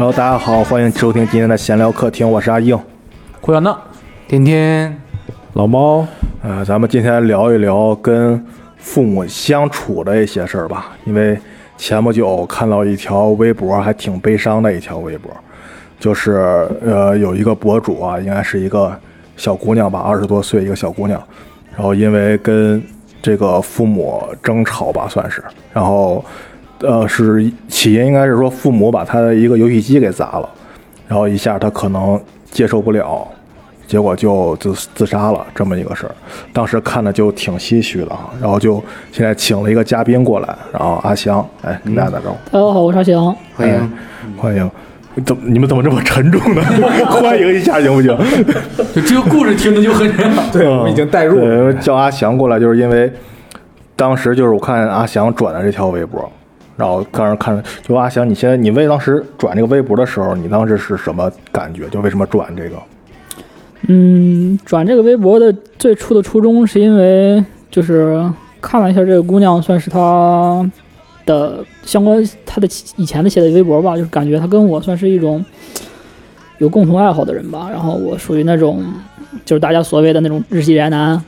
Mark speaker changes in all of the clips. Speaker 1: 友，大家好，欢迎收听今天的闲聊客厅，我是阿硬。
Speaker 2: 胡小闹，
Speaker 3: 天天，
Speaker 4: 老猫，
Speaker 1: 呃，咱们今天聊一聊跟父母相处的一些事儿吧，因为前不久看到一条微博，还挺悲伤的一条微博，就是呃有一个博主啊，应该是一个小姑娘吧，二十多岁一个小姑娘，然后因为跟这个父母争吵吧，算是，然后呃是起因应该是说父母把她的一个游戏机给砸了，然后一下她可能接受不了，结果就自自杀了这么一个事儿，当时看的就挺唏嘘的啊。然后就现在请了一个嘉宾过来，然后阿翔，哎，跟大家打招呼，哎
Speaker 5: 大家好，我是阿翔。
Speaker 3: 欢迎。
Speaker 1: 欢迎。怎么你们怎么这么沉重呢？欢迎一下行不行？
Speaker 2: 就这个故事听着就很沉重。
Speaker 4: 对我们已经代入了，
Speaker 1: 对，叫阿翔过来就是因为当时就是我看阿翔转的这条微博，然后当时看就阿翔，你现在你为当时转这个微博的时候，你当时是什么感觉？就为什么转这个？
Speaker 5: 嗯，转这个微博的最初的初衷是因为就是看了一下这个姑娘，算是她的相关她的以前的写的微博吧，就是感觉她跟我算是一种有共同爱好的人吧。然后我属于那种就是大家所谓的那种日系宅男，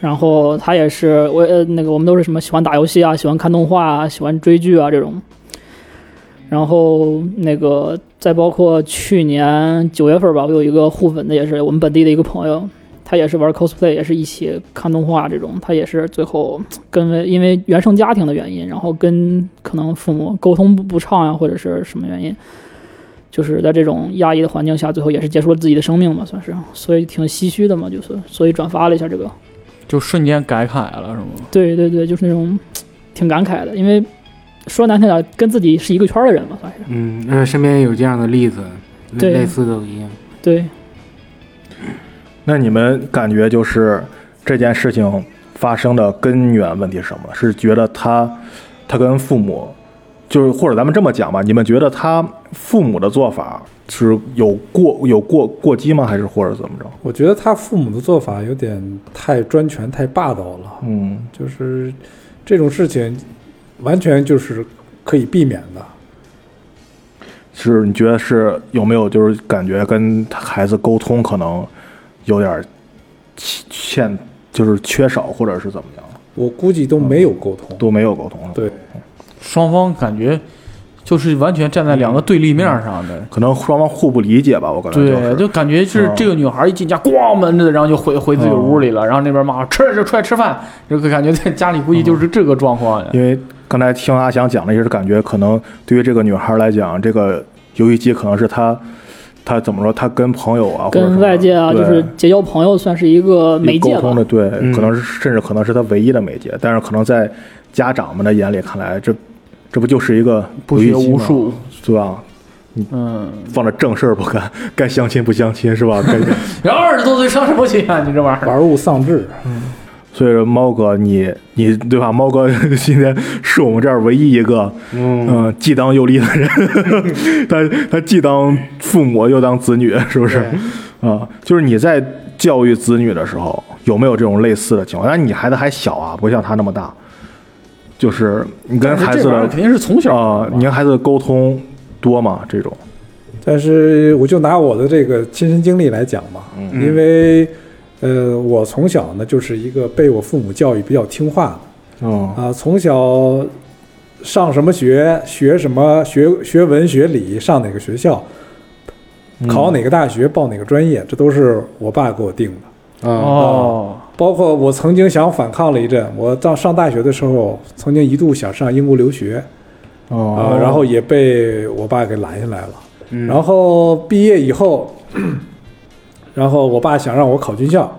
Speaker 5: 然后她也是我呃那个我们都是什么喜欢打游戏啊，喜欢看动画啊，喜欢追剧啊这种。然后那个再包括去年九月份吧，我有一个互粉的，也是我们本地的一个朋友，他也是玩 cosplay，也是一起看动画这种，他也是最后跟因为原生家庭的原因，然后跟可能父母沟通不不畅呀、啊或者是什么原因，就是在这种压抑的环境下，最后也是结束了自己的生命吧，算是，所以挺唏嘘的嘛，就是所以转发了一下这个，
Speaker 2: 就瞬间感慨了，是吗？
Speaker 5: 对对对，就是那种挺感慨的，因为说难听点，跟自己是一个圈儿的人嘛，算是，
Speaker 3: 嗯，而且身边有这样的例子，
Speaker 5: 对
Speaker 3: 类似的一样。
Speaker 5: 对。
Speaker 1: 那你们感觉就是这件事情发生的根源问题是什么？是觉得他他跟父母，就是或者咱们这么讲吧，你们觉得他父母的做法是有过有过过激吗？还是或者怎么着？
Speaker 4: 我觉得他父母的做法有点太专权、太霸道了，
Speaker 1: 嗯，
Speaker 4: 就是这种事情完全就是可以避免的。
Speaker 1: 是你觉得是有没有就是感觉跟孩子沟通可能有点儿欠欠，就是缺少或者是怎么样，
Speaker 4: 我估计都没有沟通。
Speaker 1: 都没有沟通。，
Speaker 4: 对，
Speaker 2: 双方感觉就是完全站在两个对立面上的。
Speaker 1: 可能双方互不理解吧，我感觉就
Speaker 2: 对，
Speaker 1: 是。
Speaker 2: 就感觉是嗯这个女孩一进家，咣门着，然后就回回自己屋里了，然后那边骂吃就出来吃饭，这个感觉在家里估计就是这个状况呀。
Speaker 1: 因为刚才听阿翔讲的也是感觉，可能对于这个女孩来讲，这个游戏机可能是她，她怎么说？她跟朋友啊，或者什
Speaker 5: 跟
Speaker 1: 么
Speaker 5: 外界啊，
Speaker 1: 对
Speaker 5: 就是结交朋友，算是一个媒介
Speaker 1: 沟
Speaker 5: 吧
Speaker 1: 通。的，对，
Speaker 2: 嗯
Speaker 1: 可能是甚至可能是她唯一的媒介。但是可能在家长们的眼里看来，这这不就是一个
Speaker 2: 不学
Speaker 1: 游戏机吗
Speaker 2: 无，术，
Speaker 1: 对吧？
Speaker 2: 嗯，
Speaker 1: 放着正事儿不干，该相亲不相亲是吧？该
Speaker 2: 然后二十多岁上什么学啊？你这玩意儿，
Speaker 4: 玩物丧志，
Speaker 1: 所以说猫哥你你对吧？猫哥今天是我们这儿唯一一个，嗯、既当又立的人， 他他既当父母又当子女，是不是？啊、就是你在教育子女的时候，有没有这种类似的情况？但哎你孩子还小啊，不像他那么大，就是你跟孩子
Speaker 2: 这玩意
Speaker 1: 的
Speaker 2: 儿肯定是从小
Speaker 1: 啊、你跟孩子的沟通多吗？这种
Speaker 4: 但是我就拿我的这个亲身经历来讲吧，
Speaker 1: 嗯
Speaker 4: 因为呃，我从小呢就是一个被我父母教育比较听话的。
Speaker 1: 哦，
Speaker 4: 啊，从小上什么学，学什么学学文学理，上哪个学校，考哪个大学，报哪个专业，这都是我爸给我定的。
Speaker 2: 哦，
Speaker 4: 包括我曾经想反抗了一阵，我到上大学的时候，曾经一度想上英国留学啊、
Speaker 1: 哦，
Speaker 4: 然后也被我爸给拦下来了。然后毕业以后， 然后我爸想让我考军校，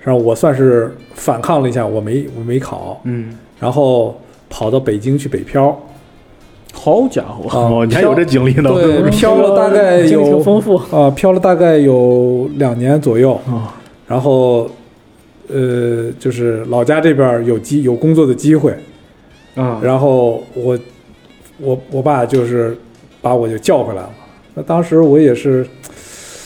Speaker 4: 然后我算是反抗了一下，我没我没考，
Speaker 3: 嗯，
Speaker 4: 然后跑到北京去北漂。
Speaker 2: 好家伙，
Speaker 4: 啊
Speaker 1: 哦，你还有这经历呢？
Speaker 4: 对，漂了大概
Speaker 5: 经历挺
Speaker 4: 有
Speaker 5: 丰富，
Speaker 4: 啊，漂了大概有两年左右，然后呃，就是老家这边儿有机有工作的机会，
Speaker 3: 啊，
Speaker 4: 然后我我我爸就是把我就叫回来了。那当时我也是，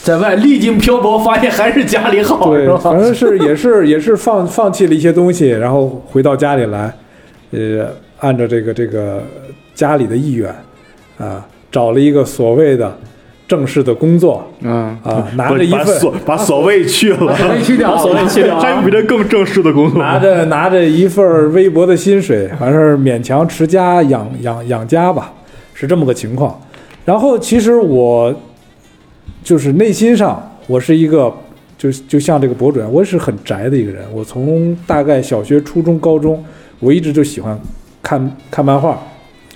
Speaker 2: 在外历经漂泊，发现还是家里好，
Speaker 4: 对
Speaker 2: 是，吧？
Speaker 4: 反正是也是也是放放弃了一些东西，然后回到家里来，呃，按照这个这个家里的意愿啊，找了一个所谓的正式的工作
Speaker 3: 嗯，
Speaker 4: 啊，拿
Speaker 1: 不
Speaker 4: 着
Speaker 1: 是
Speaker 4: 一
Speaker 1: 把
Speaker 4: 份
Speaker 1: 所把所谓去了，
Speaker 2: 以去 掉，所以去掉啊。
Speaker 1: 还有比这更正式的工作吗？
Speaker 4: 拿着拿着一份微薄的薪水，反正是勉强持家养养养家吧，是这么个情况。然后其实我就是内心上，我是一个就就像这个博主一样，我是很宅的一个人。我从大概小学、初中、高中，我一直就喜欢看看漫画，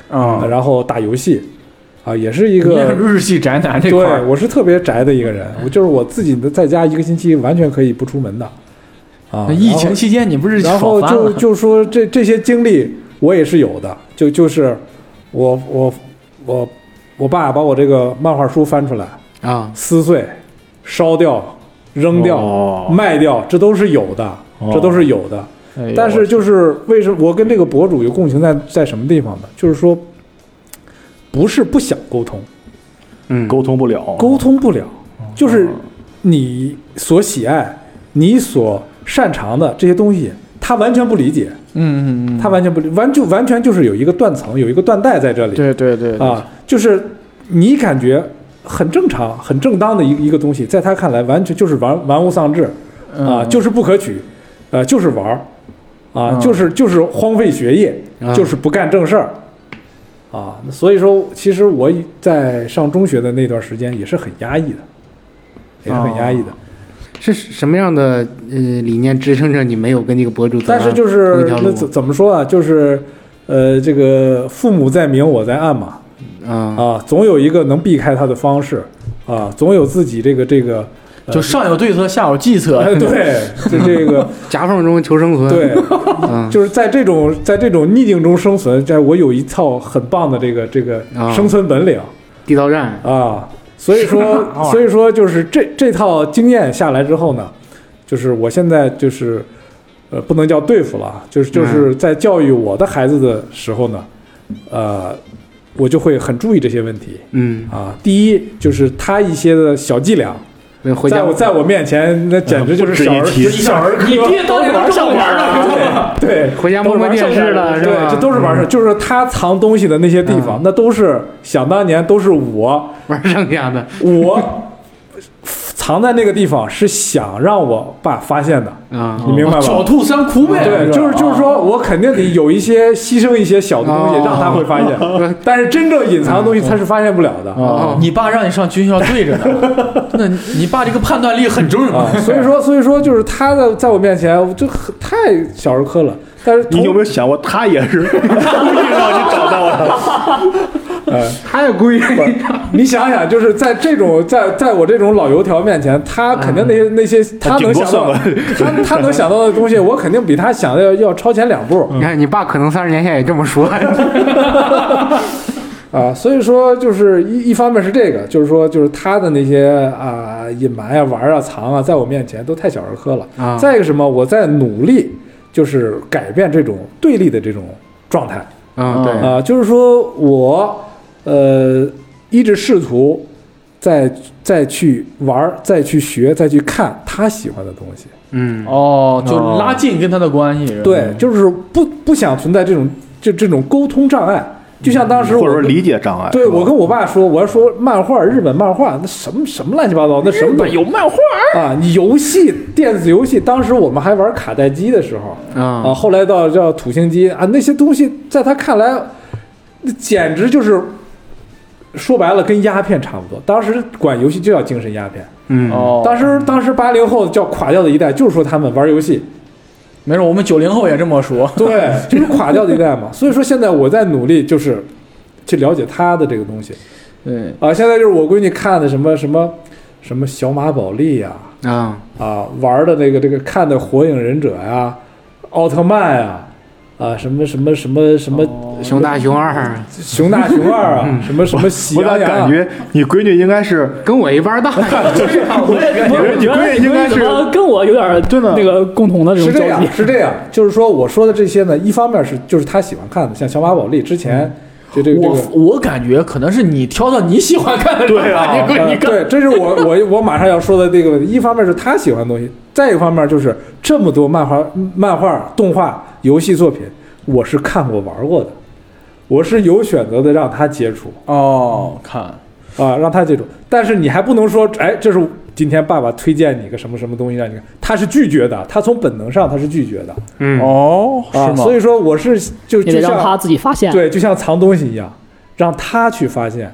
Speaker 2: 啊，
Speaker 4: 然后打游戏，啊，也是一
Speaker 2: 你也是
Speaker 4: 个。
Speaker 2: 日系宅男这块
Speaker 4: 对，
Speaker 2: 儿，
Speaker 4: 我是特别宅的一个人，我就是我自己的在家一个星期完全可以不出门的，啊，
Speaker 2: 那疫
Speaker 4: 然后
Speaker 2: 情期间你不是爽
Speaker 4: 然后
Speaker 2: 翻
Speaker 4: 就
Speaker 2: 了？
Speaker 4: 就说这这些经历我也是有的，就就是我我我我爸把我这个漫画书翻出来，
Speaker 3: 啊，
Speaker 4: 撕碎、烧掉、扔掉、
Speaker 1: 哦
Speaker 4: 卖掉，这都是有的，这都是有的。
Speaker 2: 哦哎呦
Speaker 4: 但是就是为什么我跟这个博主有共情在在什么地方呢？就是说不是不想沟通，
Speaker 2: 哦
Speaker 3: 嗯，
Speaker 1: 沟通不了，
Speaker 4: 沟通不了，
Speaker 2: 哦
Speaker 4: 就是你所喜爱、你所擅长的这些东西，他完全不理解。
Speaker 2: 嗯嗯嗯，
Speaker 4: 他完全不理完就完全就是有一个断层，有一个断代在这里。
Speaker 2: 对对对，
Speaker 4: 啊，就是你感觉很正常、很正当的一一个东西，在他看来完全就是玩玩物丧志
Speaker 2: 嗯
Speaker 4: 啊，就是不可取，呃，就是玩儿啊，
Speaker 2: 嗯
Speaker 4: 就是就是荒废学业，
Speaker 3: 啊
Speaker 4: 就是不干正事儿啊。所以说，其实我在上中学的那段时间也是很压抑的，也是很压抑的。
Speaker 2: 哦
Speaker 3: 是什么样的呃理念支撑着你没有跟那个博主走上啊
Speaker 4: 但是就
Speaker 3: 同
Speaker 4: 是
Speaker 3: 一条路
Speaker 4: 那怎怎么说啊？就是，呃，这个父母在明，我在暗嘛。
Speaker 3: 啊
Speaker 4: 啊，总有一个能避开它的方式，啊，总有自己这个这个，呃
Speaker 2: 就上有对策，下有计策。
Speaker 4: 哎对，就这个
Speaker 3: 夹缝中求生存，
Speaker 4: 对，
Speaker 3: 嗯，
Speaker 4: 就是在这种在这种逆境中生存，在我有一套很棒的这个这个
Speaker 3: 啊
Speaker 4: 生存本领
Speaker 3: 地道战，
Speaker 4: 啊，所以说所以说就是这这套经验下来之后呢，就是我现在就是。呃，不能叫对付了啊，就是就是在教育我的孩子的时候呢，呃，我就会很注意这些问题
Speaker 3: 嗯，
Speaker 4: 啊。第一就是他一些的小伎俩，
Speaker 3: 回
Speaker 4: 在
Speaker 3: 家嗯
Speaker 4: 我在我面前，那简直就是小儿
Speaker 1: 不值一提
Speaker 4: 就是小儿科。
Speaker 2: 你爹到底玩上玩啊？
Speaker 4: 对
Speaker 3: 回家摸摸电视了，是吧？嗯
Speaker 4: 对，这都是玩事儿，就是他藏东西的那些地方，那都是想当年都是我
Speaker 3: 玩剩下的，
Speaker 4: 我藏在那个地方是想让我爸发现的，
Speaker 3: 啊
Speaker 4: 你明白
Speaker 2: 狡
Speaker 4: 吗？
Speaker 2: 兔三窟呗，哦
Speaker 4: 对，
Speaker 3: 哦
Speaker 4: 就是就是说我肯定得有一些牺牲一些小的东
Speaker 3: 哦哦
Speaker 4: 西，让他会发现，但是真正隐藏的东西他是发现不了的
Speaker 2: 啊，你爸让你上军校对着 呢，那你爸这个判断力很重
Speaker 4: 啊。所 以说，所以说就是他的在我面前就很太小儿科了，但是
Speaker 1: 你
Speaker 4: 同
Speaker 1: 有没有想过，他也 是故意让你找到的？
Speaker 3: 他也故意
Speaker 4: 你想想，就是在这种在在我这种老油条面前，他肯定那些那些他能想
Speaker 1: 嗯
Speaker 4: 到
Speaker 1: 他顶多嗯
Speaker 4: 他他能想到的东西，我肯定比他想的要要超前两步
Speaker 3: 你看，你爸可能三十年前也这么说，
Speaker 4: 啊。所以说，就是一一方面是这个，就是说就是他的那些啊隐瞒呀、玩啊、藏啊，在我面前都太小儿科了。
Speaker 3: 啊
Speaker 4: 再一个什么，我在努力就是改变这种对立的这种状态。
Speaker 3: 嗯，对，
Speaker 4: 啊、就是说我呃一直试图再再去玩儿、再去学、再去看他喜欢的东西。
Speaker 3: 嗯，
Speaker 2: 哦，就拉近跟他的关系。是吧
Speaker 4: 对，，就是不不想存在这种就这种沟通障碍。就像当时我
Speaker 1: 或者说理解障
Speaker 2: 哎
Speaker 1: 碍？
Speaker 4: 对
Speaker 1: 是吧
Speaker 4: 我跟我爸说，我要说漫画，日本漫画，那什么什么乱七八糟，那什么东西
Speaker 2: 有漫画，
Speaker 4: 啊？你游戏电子游戏，当时我们还玩卡带机的时候，啊，
Speaker 3: 啊，
Speaker 4: 后来到叫土星机啊，那些东西在他看来，那简直就是说白了跟鸦片差不多。当时管游戏就叫精神鸦片，
Speaker 3: 嗯，
Speaker 2: 哦，
Speaker 4: 当时当时八零后叫垮掉的一代，就是说他们玩游 戏，
Speaker 2: 没事，我们九零后也这么 说。
Speaker 4: 对，就是垮掉的一代嘛。所以说现在我在努力，就是去了解他的这个东西
Speaker 2: 对，
Speaker 4: 啊。现在就是我闺女看的什么什么什么小马宝莉呀、
Speaker 3: 啊，
Speaker 4: 啊，玩的那个这个看的《火影忍者》呀、奥特曼呀、啊，什么什么什么什么
Speaker 3: 熊大熊二
Speaker 4: 熊大熊二啊，什么什么喜
Speaker 1: 我咋
Speaker 4: 羊羊啊，
Speaker 1: 感觉你闺女应该是，
Speaker 3: 跟我一般大，
Speaker 1: 哦
Speaker 2: 我也感
Speaker 1: 你
Speaker 2: 觉
Speaker 1: 闺你闺女应该
Speaker 5: 怎
Speaker 1: 是
Speaker 5: 么跟我有点儿
Speaker 1: 真的
Speaker 5: 那个共同的这
Speaker 4: 是
Speaker 5: 种
Speaker 4: 这
Speaker 5: 交
Speaker 4: 样
Speaker 5: 集？
Speaker 4: 是这样，就是说我说的这些呢，一方面是就是他喜欢看的，像小马宝莉之前就这个这
Speaker 2: 我
Speaker 4: 个。
Speaker 2: 我感觉可能是你挑到你喜欢看的，
Speaker 1: 对啊
Speaker 2: 你
Speaker 4: 呃
Speaker 2: 闺女看，
Speaker 4: 对，这是我我我马上要说的这个问题。一方面是他喜欢的东西，再一方面就是这么多漫画、漫画、动画、游戏作品，我是看过、玩过的。我是有选择的让他接触
Speaker 2: 哦，看，
Speaker 4: 啊，让他接触。但是你还不能说，哎，这是今天爸爸推荐你个什么什么东西让你看，他是拒绝的，他从本能上他是拒绝的
Speaker 3: 嗯，
Speaker 2: 哦，是
Speaker 4: 啊。
Speaker 2: 吗？
Speaker 4: 所以说我是就
Speaker 5: 你得
Speaker 4: 就
Speaker 5: 让他
Speaker 4: 像
Speaker 5: 自己发现。啊
Speaker 4: 对，就像藏东西一样，让他去发现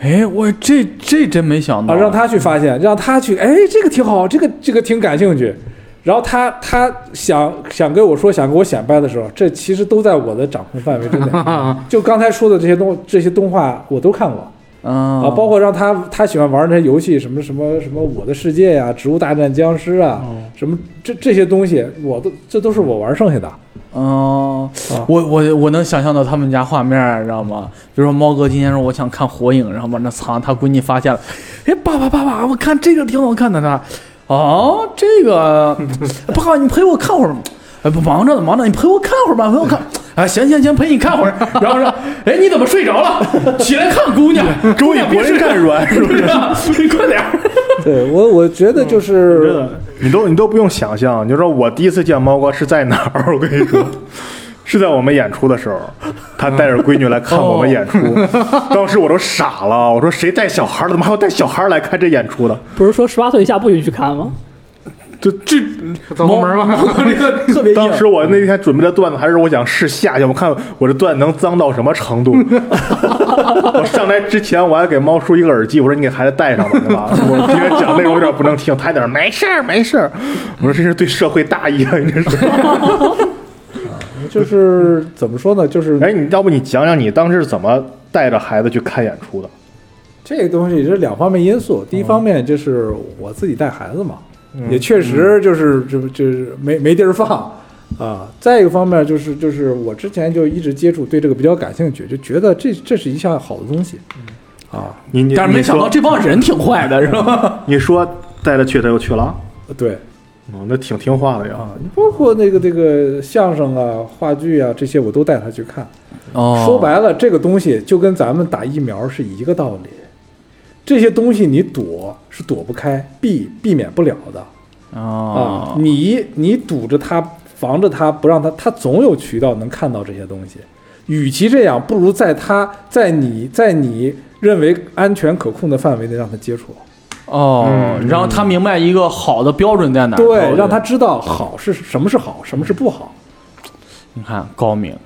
Speaker 2: 哎，我这这真没想到，
Speaker 4: 啊，让他去发现，让他去，哎，这个挺好，这个这个挺感兴趣。然后他他想想跟我说，想跟我显摆的时候，这其实都在我的掌控范围之 内。就刚才说的这些东这些动画，我都看过。
Speaker 2: 嗯
Speaker 4: 啊，包括让他他喜欢玩那些游戏，什么什么什么《我的世界》呀，《植物大战僵尸》啊，什么这这些东西，我都这都是我玩剩下的。
Speaker 2: 嗯，
Speaker 4: 啊
Speaker 2: 我我我能想象到他们家画面儿，你知道吗？比如说猫哥今天说我想看火影，然后把那藏他闺女发现了，哎，爸爸爸爸，我看这个挺好看的呢。哦，这 个爸爸，你陪我看会儿。哎，不忙着呢，忙着，你陪我看会儿吧，陪我看。哎，行行行，陪你看会儿。然后说，哎，你怎么睡着了？起来看姑娘，姑娘别睡着
Speaker 1: 干软，
Speaker 2: 是 不是？你快点儿。
Speaker 4: 对我我觉得就是
Speaker 1: 你都你都不用想象，你就说我第一次见猫哥是在哪儿？我跟你说， 是在我们演出的时候，他带着闺女来看我们演 出，当时我都傻了，我说谁带小孩儿的？怎么还有带小孩儿来看这演出的？
Speaker 5: 不是说十八岁以下不允许看吗？
Speaker 1: 就这，
Speaker 3: 走后门吧。
Speaker 2: 这个特别硬
Speaker 1: 当时我那天准备的段子还是我想试下去，我看我这段能脏到什么程度。我上台之前我还给猫叔一个耳机，我说你给孩子戴上吧，对吧？我今天讲内容有点不能听，他在那儿没事儿没事儿。我说这是对社会大义啊，你这是。
Speaker 4: 就是怎么说呢，就是
Speaker 1: 哎，你要不你讲讲你当时是怎么带着孩子去看演出的？
Speaker 4: 这个东西是两方面因素。第一方面就是我自己带孩子嘛，也确实就是就就是没没地儿放啊。再一个方面就是就是我之前就一直接触，对这个比较感兴趣，就觉得这这是一项好的东西啊。
Speaker 1: 你你
Speaker 2: 但是没想到这帮人挺坏的，是吧？
Speaker 1: 你说带着去他就去了，
Speaker 4: 对，
Speaker 1: 哦，那挺听话的呀。
Speaker 4: 啊，你包括那个这个相声啊、话剧啊这些，我都带他去看。
Speaker 2: 哦
Speaker 4: 说白了，这个东西就跟咱们打疫苗是一个道理。这些东西你躲是躲不开，避避免不了的啊
Speaker 2: 哦。，
Speaker 4: 你你堵着他，防着他，不让他，他总有渠道能看到这些东西。与其这样，不如在他在你在你认为安全可控的范围内让他接触，
Speaker 2: 哦，然后他明白一个好的标准在哪儿，高
Speaker 4: 对，
Speaker 2: 的
Speaker 4: 让他知道好是什么是好，什么是不好。
Speaker 2: 你看高明，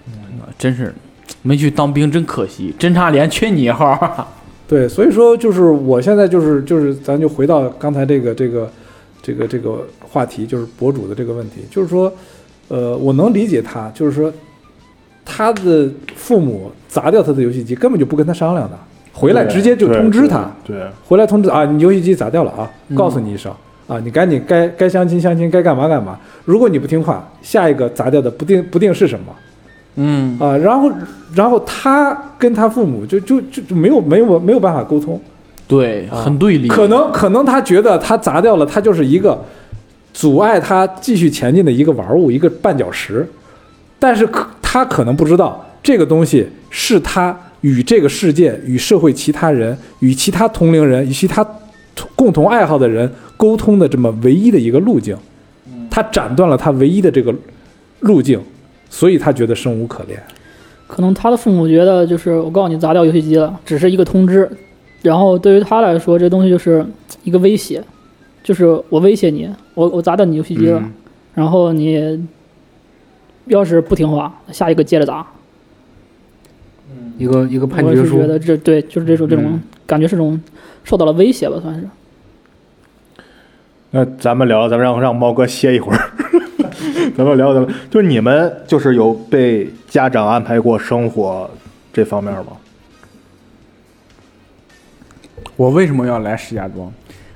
Speaker 2: 真是没去当兵真可惜，侦察连缺你一号儿，
Speaker 4: 对，所以说就是我现在就是就是，咱就回到刚才这个这个这个这个话题，就是博主的这个问题，就是说，呃，我能理解他，就是说，他的父母砸掉他的游戏机，根本就不跟他商量的，回来直接就通知他，
Speaker 1: 对，对，
Speaker 4: 回来通知啊，你游戏机砸掉了啊，告诉你一声、啊，你赶紧该该相亲相亲，该干嘛干嘛。如果你不听话，下一个砸掉的不定不定是什么。
Speaker 2: 嗯，
Speaker 4: 啊，然后，然后他跟他父母就就就就没有没有没有办法沟通，
Speaker 2: 对，很对立，
Speaker 4: 可能可能他觉得他砸掉了，他就是一个阻碍他继续前进的一个玩物，一个绊脚石。但是可他可能不知道，这个东西是他与这个世界、与社会其他人、与其他同龄人、与其他共同爱好的人沟通的这么唯一的一个路径。他斩断了他唯一的这个路径，所以他觉得生无可恋。
Speaker 5: 可能他的父母觉得就是我告诉你砸掉游戏机了，只是一个通知，然后对于他来说这东西就是一个威胁，就是我威胁你，我我砸掉你游戏机了，
Speaker 3: 嗯
Speaker 5: 然后你要是不听话，下一个接着砸。
Speaker 3: 一个一个判
Speaker 5: 我
Speaker 3: 决
Speaker 5: 是
Speaker 3: 书
Speaker 5: 觉，得这对就是这种这种、
Speaker 3: 嗯
Speaker 5: 感觉是种受到了威胁吧，算是。
Speaker 1: 那咱们聊，咱们让让猫哥歇一会儿。 咱们聊，咱们就你们就是有被家长安排过生活这方面吗？
Speaker 2: 我为什么要来石家庄？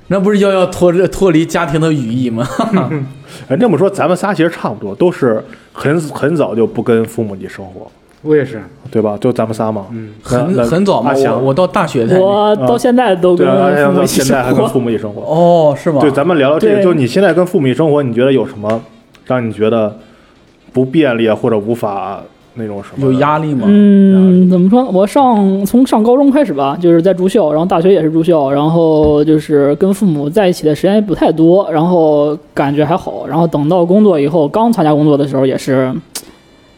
Speaker 2: 那不是要要脱脱离家庭的羽翼吗？
Speaker 1: 哎，这么说，咱们仨其实差不多，都是很很早就不跟父母一起生活，
Speaker 3: 我也是，
Speaker 1: 对吧？就咱们仨嘛。
Speaker 3: 嗯，
Speaker 1: 那
Speaker 2: 很
Speaker 1: 那
Speaker 2: 很早嘛，
Speaker 1: 阿
Speaker 2: 我
Speaker 1: 翔
Speaker 2: 我到大学才
Speaker 5: 我到现在都
Speaker 1: 对
Speaker 5: 跟
Speaker 1: 啊，
Speaker 5: 父母
Speaker 1: 到
Speaker 5: 一起
Speaker 1: 现
Speaker 5: 生
Speaker 1: 在还跟
Speaker 5: 活，
Speaker 1: 父母一起生活。
Speaker 2: 哦，是吗？
Speaker 1: 对，咱们聊聊这个，
Speaker 5: 对
Speaker 1: 就你现在跟父母一起生活，你觉得有什么让你觉得不便利啊或者无法那种什么
Speaker 2: 有压力吗？
Speaker 5: 嗯，怎么说呢？我上从上高中开始吧，就是在住校，然后大学也是住校，然后就是跟父母在一起的时间也不太多，然后感觉还好。然后等到工作以后，刚参加工作的时候也是，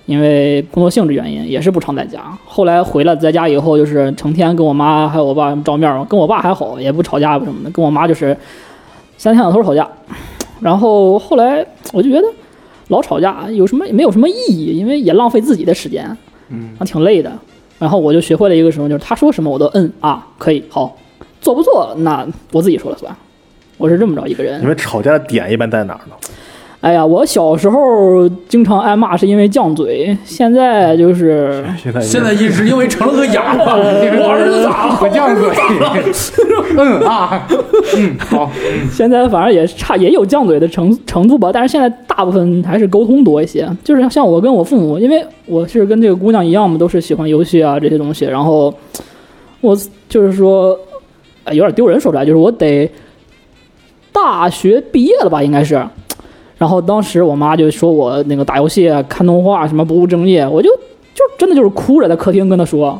Speaker 5: 因为工作性质原因也是不常在家。后来回来在家以后，就是成天跟我妈还有我爸照面儿，跟我爸还好，也不吵架什么的，跟我妈就是三天两头吵架。然后后来我就觉得老吵架有什么没有什么意义，因为也浪费自己的时间，
Speaker 1: 嗯，
Speaker 5: 啊，挺累的。然后我就学会了一个什么，就是他说什么我都嗯啊，可以好，做不做那我自己说了算。我是这么着一个人
Speaker 1: 你。们吵架的点一般在哪儿呢？
Speaker 5: 哎呀，我小时候经常挨骂是因为犟嘴，现在 就是
Speaker 1: 现在
Speaker 2: 现在一直因为成了个哑巴，我儿子啊咋了？
Speaker 3: 不犟嘴，嗯啊，嗯好，
Speaker 5: 现在反正也是差也有犟嘴的程程度吧，但是现在大部分还是沟通多一些。就是像我跟我父母，因为我是跟这个姑娘一样嘛，都是喜欢游戏啊这些东西。然后我就是说，哎有点丢人说出来，就是我得大学毕业了吧，应该是。然后当时我妈就说我那个打游戏、啊、看动画什么不务正业，我就就真的就是哭着在客厅跟她说，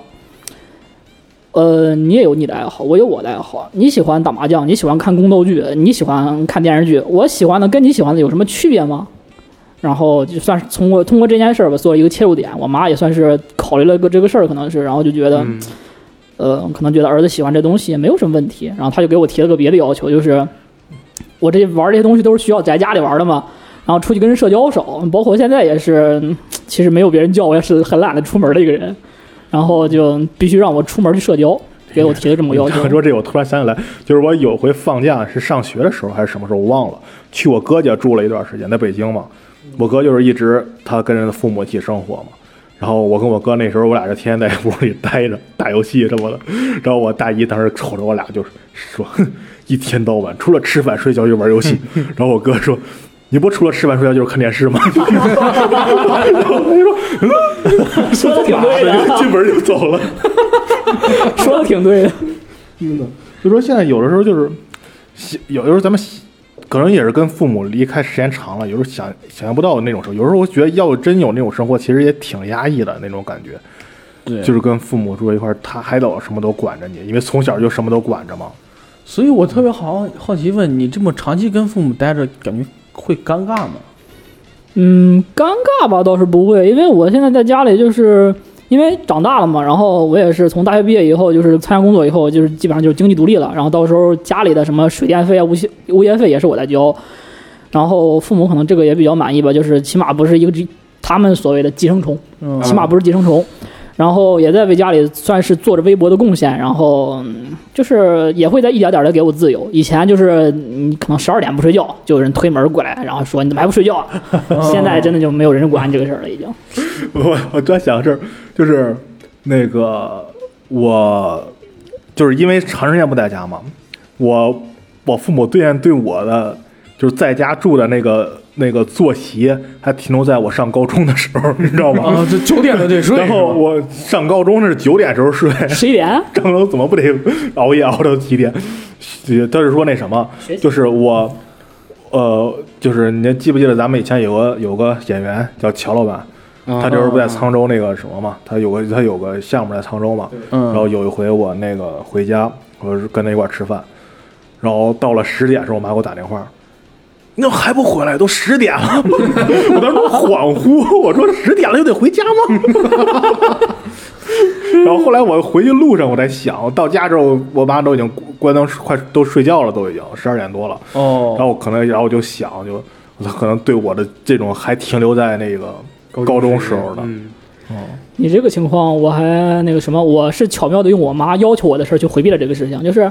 Speaker 5: 呃，你也有你的爱好，我有我的爱好。你喜欢打麻将，你喜欢看宫斗剧，你喜欢看电视剧，我喜欢的跟你喜欢的有什么区别吗？然后就算是通过通过这件事儿吧，做了一个切入点。我妈也算是考虑了个这个事儿，可能是，然后就觉得，
Speaker 3: 嗯
Speaker 5: 呃，可能觉得儿子喜欢这东西也没有什么问题。然后她就给我提了个别的要求，就是我这玩这些东西都是需要在家里玩的嘛，然后出去跟人社交少，包括现在也是，嗯其实没有别人叫我也是很懒得出门的一个人，然后就必须让我出门去社交，给我提了这么个要 求
Speaker 1: 你。说这个，我突然想起来，就是我有回放假是上学的时候还是什么时候，我忘了，去我哥家住了一段时间，在北京嘛。我哥就是一直他跟着父母一起生活嘛，然后我跟我哥那时候我俩就天天在屋里待着打游戏什么的，然后我大姨当时瞅着我俩就是说， 哼一天到晚除了吃饭睡觉就玩游 戏，然后我哥说。你不除了吃饭睡觉就是看电视吗？ 然后我就说，嗯
Speaker 5: 说得挺对的
Speaker 1: 进门就走了。
Speaker 5: 说的挺对的，
Speaker 1: 就说现在有的时候就是，喜有的时候咱们喜可能也是跟父母离开时间长了，有时候想想象不到的那种生活。有时候我觉得要真有那种生活，其实也挺压抑的那种感觉，
Speaker 2: 对
Speaker 1: 就是跟父母住在一块儿，他还得什么都管着你，因为从小就什么都管着嘛。
Speaker 2: 所以我特别好好奇问你，这么长期跟父母待着，感觉会尴尬吗？
Speaker 5: 嗯，尴尬吧倒是不会，因为我现在在家里就是。因为长大了嘛，然后我也是从大学毕业以后，就是参加工作以后，就是基本上就是经济独立了。然后到时候家里的什么水电费啊、物业物业费也是我在交，然后父母可能这个也比较满意吧，就是起码不是一个寄他们所谓的寄生虫，
Speaker 2: 嗯，
Speaker 5: 起码不是寄生虫。然后也在为家里算是做着微薄的贡献，然后嗯就是也会在一点点的给我自由。以前就是你可能十二点不睡觉，就有人推门过来，然后说你怎么还不睡觉啊？现在真的就没有人管这个事儿了，已经。
Speaker 1: 我我突然想个事儿，就是那个我就是因为长时间不在家嘛，我我父母对现对我的就是在家住的那个那个作息还停留在我上高中的时候，你知道吗？
Speaker 2: 啊，这九点的得睡，
Speaker 1: 然后我上高中是九点时候睡，
Speaker 5: 十一点，
Speaker 1: 上高中怎么不得熬夜熬到几点？他是说那什么，就是我，呃，就是你记不记得咱们以前有个有个演员叫乔老板，他这时候不在沧州那个什么嘛，他有个他有个项目在沧州嘛，然
Speaker 2: 嗯，
Speaker 1: 后有一回我那个回家，我是跟他一块儿吃饭，然后到了十点的时候，我妈给我打电话，你怎么还不回来？都十点了。我当时都恍惚，我说十点了就得回家吗？ 然后后来我回去路上我在想，到家之后我妈都已经关灯，快都睡觉了，都已经十二点多了。然
Speaker 2: 哦，
Speaker 1: 后我可能，然后我就想，就我可能对我的这种还停留在那个高中时候的，
Speaker 3: 嗯
Speaker 5: 你这个情况我还那个什么，我是巧妙的用我妈要求我的事儿去回避了这个事情，就是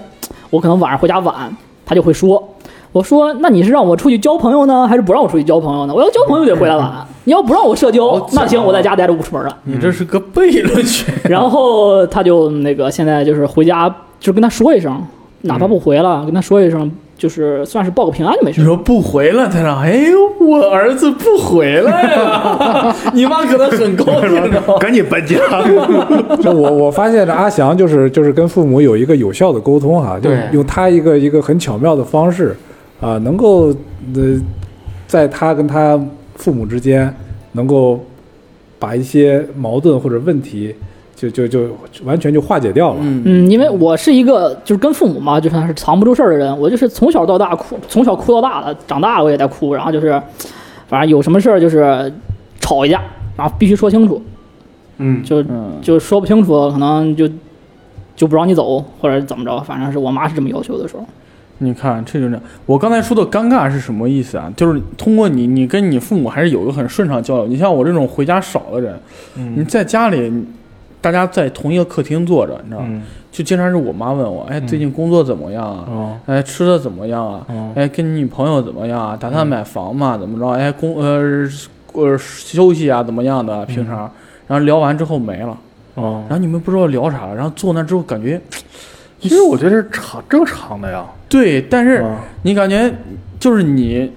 Speaker 5: 我可能晚上回家晚，她就会说。我说：“那你是让我出去交朋友呢，还是不让我出去交朋友呢？我要交朋友得回来晚，你要不让我社交，那行，我在家待着不出门了。”
Speaker 2: 你这是个悖论学，
Speaker 5: 然后他就那个现在就是回家，就跟他说一声，哪怕不回了，跟他说一声，就是算是报个平安就没 事
Speaker 2: 你。说不回了，他说，哎呦，我儿子不回来 了，你妈可能很高兴的。
Speaker 1: 赶紧搬家。嗯
Speaker 4: 就我我发现这阿翔就是就是跟父母有一个有效的沟通哈，就
Speaker 3: 对
Speaker 4: 用他一个一个很巧妙的方式啊、能够呃，在他跟他父母之间能够把一些矛盾或者问题就就就完全就化解掉了。
Speaker 2: 嗯，
Speaker 5: 嗯，因为我是一个就是跟父母嘛，就算是藏不住事儿的人，我就是从小到大哭，从小哭到大的，长大了我也在哭，然后就是，反正有什么事儿就是吵一架，啊，必须说清楚，
Speaker 3: 嗯，
Speaker 5: 就
Speaker 2: 嗯，
Speaker 5: 就说不清楚，可能就就不让你走，或者怎么着，反正是我妈是这么要求的时候。
Speaker 2: 你看，这就这样。我刚才说的尴尬是什么意思啊？就是通过你，你跟你父母还是有一个很顺畅交流。你像我这种回家少的人，你
Speaker 1: 嗯
Speaker 2: 在家里，大家在同一个客厅坐着，你知道吗？
Speaker 1: 嗯
Speaker 2: 就经常是我妈问我，哎，
Speaker 1: 嗯
Speaker 2: 最近工作怎么样啊？
Speaker 1: 哦
Speaker 2: 哎，吃的怎么样 啊？
Speaker 1: 哦
Speaker 2: 哎，跟你女朋友怎么样啊？打算买房嘛？怎么着？哎，工呃呃休息啊，怎么样的？平常，然后聊完之后没了，
Speaker 1: 哦
Speaker 2: 然，后你们不知道聊啥了，然后坐那之后感觉
Speaker 1: 其实我觉得是常正常的呀，
Speaker 2: 对，但是
Speaker 1: 嗯
Speaker 2: 你感觉就是你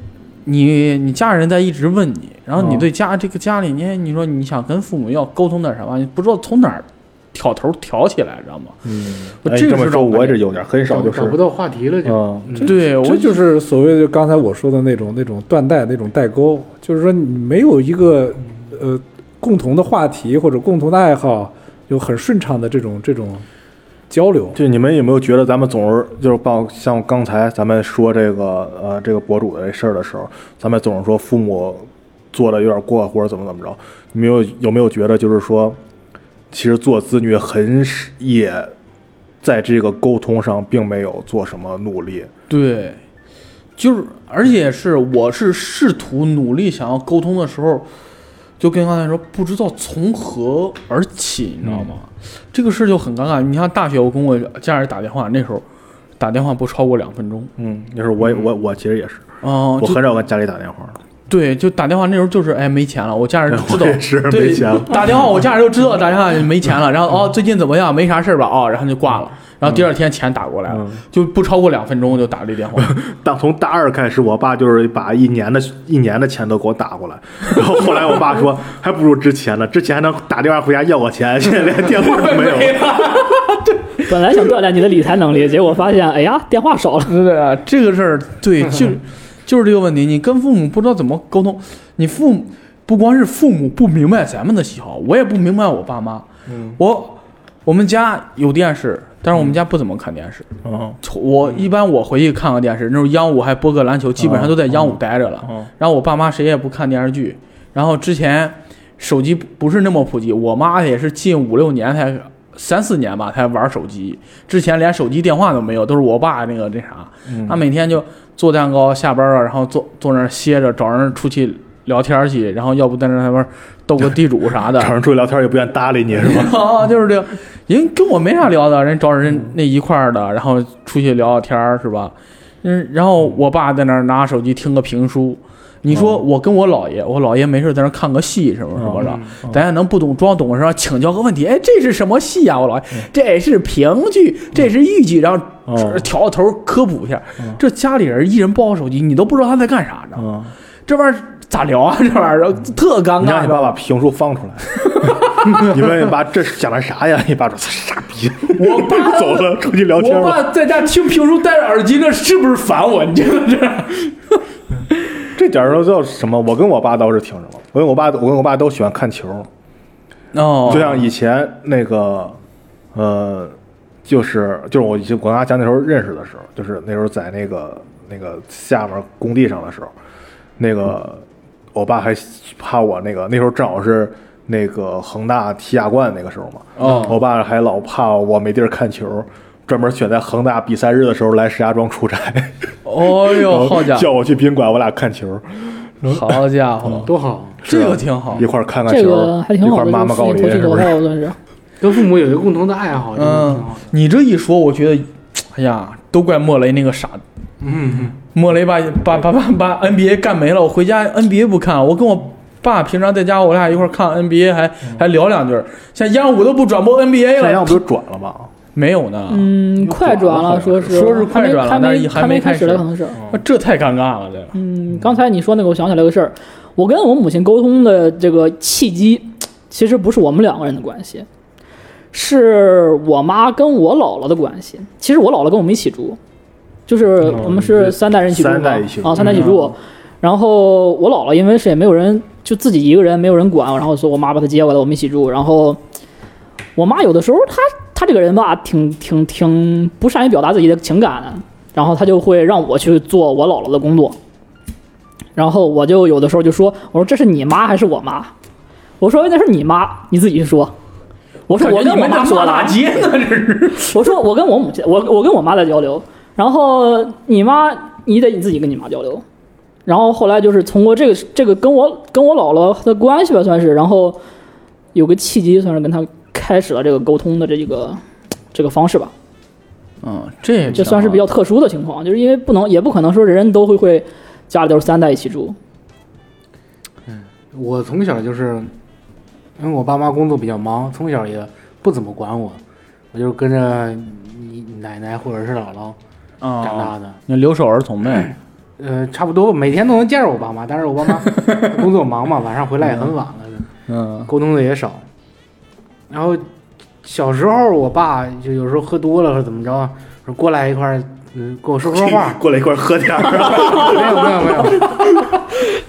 Speaker 2: 你你家人在一直问你，然后你
Speaker 1: 嗯
Speaker 2: 对家、这个家里，你你说你想跟父母要沟通点啥吧，你不知道从哪儿挑头挑起来，知道吗？
Speaker 1: 嗯，
Speaker 2: 我
Speaker 1: 哎
Speaker 2: 这个
Speaker 1: 这么
Speaker 2: 是
Speaker 1: 说
Speaker 2: 让我
Speaker 1: 我也是有点，很少
Speaker 3: 找
Speaker 1: 就是
Speaker 3: 找不到话题了就。
Speaker 1: 嗯
Speaker 3: 嗯
Speaker 2: 对，我
Speaker 4: 这就是所谓的刚才我说的那种那种断代那种代沟，就是说你没有一个呃共同的话题或者共同的爱好，有很顺畅的这种这种交流。
Speaker 1: 就你们有没有觉得咱们总是就是报像刚才咱们说这个呃这个博主的这事儿的时候，咱们总是说父母做的有点过或者怎么怎么着，你们有有没有觉得就是说，其实做子女很是也在这个沟通上并没有做什么努力，
Speaker 2: 对，就是而且是我是试图努力想要沟通的时候，就跟刚才说不知道从何而起，你知道吗？
Speaker 1: 嗯
Speaker 2: 这个事就很尴尬。你像大学，我跟我家人打电话，那时候打电话不超过两分钟，
Speaker 1: 嗯，就是我我我其实也是，
Speaker 2: 哦、
Speaker 1: 嗯我
Speaker 2: 就
Speaker 1: 很少跟家里打电话，
Speaker 2: 对，就打电话那时候就是哎没钱了，我家人知
Speaker 1: 我
Speaker 2: 道
Speaker 1: 也是
Speaker 2: 对
Speaker 1: 没钱了，嗯
Speaker 2: 打电话我家人就知道打电话没钱了，然后哦最近怎么样没啥事儿吧哦，然后就挂了，然后第二天钱打过来了，
Speaker 1: 嗯
Speaker 2: 就不超过两分钟我就打了一电话，
Speaker 1: 当从大二开始，我爸就是把一年的一年的钱都给我打过来，然后后来我爸说还不如之前呢，之前还能打电话回家要我钱，现在连电话都没 有。
Speaker 5: 本来想锻炼你的理财能力，结果发现，哎呀，电话少了。
Speaker 2: 对对啊，这个事儿对，就是就是这个问题，你跟父母不知道怎么沟通，你父母不光是父母不明白咱们的喜好，我也不明白我爸妈，我我们家有电视，但是我们家不怎么看电视，
Speaker 1: 嗯
Speaker 2: 我一般我回去看个电视，那时候央五还播个篮球，基本上都在央五待着了。
Speaker 1: 嗯
Speaker 2: 然后我爸妈谁也不看电视剧，然后之前手机不是那么普及，我妈也是近五六年才三四年吧才玩手机，之前连手机电话都没有，都是我爸那个那啥，他每天就做蛋糕，下班了然后坐坐那儿歇着，找人出去聊天去，然后要不在那边斗个地 主啥的，
Speaker 1: 找人出去聊天也不愿搭理你 是吧？
Speaker 2: 啊，就是这个，人跟我没啥聊的，人找人
Speaker 1: 嗯
Speaker 2: 那一块儿的，然后出去聊聊天儿是吧？嗯，然后我爸在那儿拿手机听个评书。你
Speaker 1: 哦
Speaker 2: 说我跟我姥爷，我姥爷没事在那儿看个戏什么什么
Speaker 1: 哦嗯
Speaker 2: 的，咱也能不懂装懂是吧？请教个问题，哎，这是什么戏呀、我姥爷，这是评剧，这是豫剧，然后
Speaker 1: 嗯
Speaker 2: 挑个头儿科普一下。这家里人一人抱个手机，你都不知道他在干啥呢，
Speaker 1: 嗯，
Speaker 2: 这玩意儿咋聊啊？这玩意儿特尴尬。
Speaker 1: 你让你
Speaker 2: 知道
Speaker 1: 爸
Speaker 2: 吧
Speaker 1: 把评书放出来， 你问你爸这是讲的啥呀？你爸说傻逼，
Speaker 2: 我 爸
Speaker 1: 走了，出去
Speaker 5: 哦
Speaker 1: 聊天
Speaker 2: 我
Speaker 1: 了。
Speaker 2: 爸在家听评书戴着耳机，那是不是烦我？你觉得这？
Speaker 1: 这点儿叫什么？我跟我爸倒是挺什么，我跟我爸，我跟我爸都喜欢看球。
Speaker 2: 哦
Speaker 1: 就像以前那个，呃，就是就是我以前我跟阿强那时候认识的时候，就是那时候在那个那个下面工地上的时候，那个我爸还怕我那个那时候正好是那个恒大踢亚冠那个时候嘛，
Speaker 2: 哦
Speaker 1: 我爸还老怕我没地儿看球。专门选在恒大比赛日的时候来石家庄出差，
Speaker 2: 哦哟，好家
Speaker 1: 叫我去宾馆，我俩看球，
Speaker 2: 伙，好家
Speaker 1: 嗯
Speaker 5: 嗯
Speaker 2: 伙，
Speaker 3: 多好，
Speaker 5: 啊
Speaker 2: 这个挺好
Speaker 1: 一。块儿看看
Speaker 5: 这
Speaker 1: 球，
Speaker 5: 个还挺
Speaker 1: 一
Speaker 5: 好
Speaker 1: 块儿
Speaker 5: 的，
Speaker 1: 妈妈告
Speaker 5: 就是
Speaker 1: 别，
Speaker 5: 夫妻
Speaker 1: 是
Speaker 5: 手
Speaker 1: 不是？
Speaker 5: 套算是。
Speaker 3: 跟父母有一个共同的爱好，真的挺
Speaker 2: 嗯
Speaker 3: 好的，。
Speaker 2: 你这一说，我觉得，哎呀，都怪莫雷那个傻。
Speaker 3: 嗯，
Speaker 2: 莫雷把把把把把 NBA 干没了，我回家 NBA 不看，我跟我爸平常在家我俩一块儿看 NBA 还还聊两句儿，现在央五都不转播 NBA
Speaker 1: 现在要
Speaker 2: 了，
Speaker 1: 不就转了吧？
Speaker 2: 没有呢，
Speaker 5: 嗯，快转了，说是
Speaker 2: 说是快转了
Speaker 5: 还
Speaker 2: 但
Speaker 5: 没
Speaker 2: 是还
Speaker 5: 还
Speaker 2: 没
Speaker 5: 没开
Speaker 2: 开始
Speaker 5: 始了，可能是。
Speaker 2: 这太尴尬了，这个。
Speaker 5: 嗯，刚才你说那个，我想起来个事儿，我跟我母亲沟通的这个契机，其实不是我们两个人的关系，是我妈跟我姥姥的关系。其实我姥姥跟我们一起住，就是我们是三代人一起住嘛，
Speaker 1: 哦三代一起住，
Speaker 5: 啊，三代一起住。然后我姥姥因为是也没有人，就自己一个人，没有人管，然后说我妈把她接过来，我们一起住。然后我妈有的时候她她这个人吧，挺挺挺不善于表达自己的情感的，然后她就会让我去做我姥姥的工作，然后我就有的时候就说，我说这是你妈还是我妈？我说哎那是你妈，你自己说。我说我跟我妈说的，
Speaker 2: 街呢，这是。
Speaker 5: 我说我跟我母亲，我我跟我妈在交流，然后你妈你得你自己跟你妈交流，然后后来就是通过这个这个跟我跟我姥姥的关系吧，算是，然后有个契机，算是跟她开始了这个沟通的这个这个方式吧，
Speaker 2: 嗯，这也
Speaker 5: 这
Speaker 3: 啊
Speaker 5: 算是比较特殊的情况，就是因为不能也不可能说人人都会会家里都是三代一起 住，
Speaker 3: 嗯我从小就是，因为我爸妈工作比较忙，从小也不怎么管我，我就是跟着你奶奶或者是姥姥长
Speaker 2: 啊，
Speaker 3: 大的。
Speaker 2: 你留守儿童呗。
Speaker 3: 呃，差不多每天都能见着我爸妈，但是我爸妈工作忙嘛，晚上回来也很晚了，
Speaker 2: 嗯
Speaker 3: 沟通的也少。然后小时候，我爸就有时候喝多了或者怎么着，啊说过来一块儿，嗯，跟我说说话
Speaker 1: 过来一块儿喝点儿。
Speaker 3: 没有没有没有，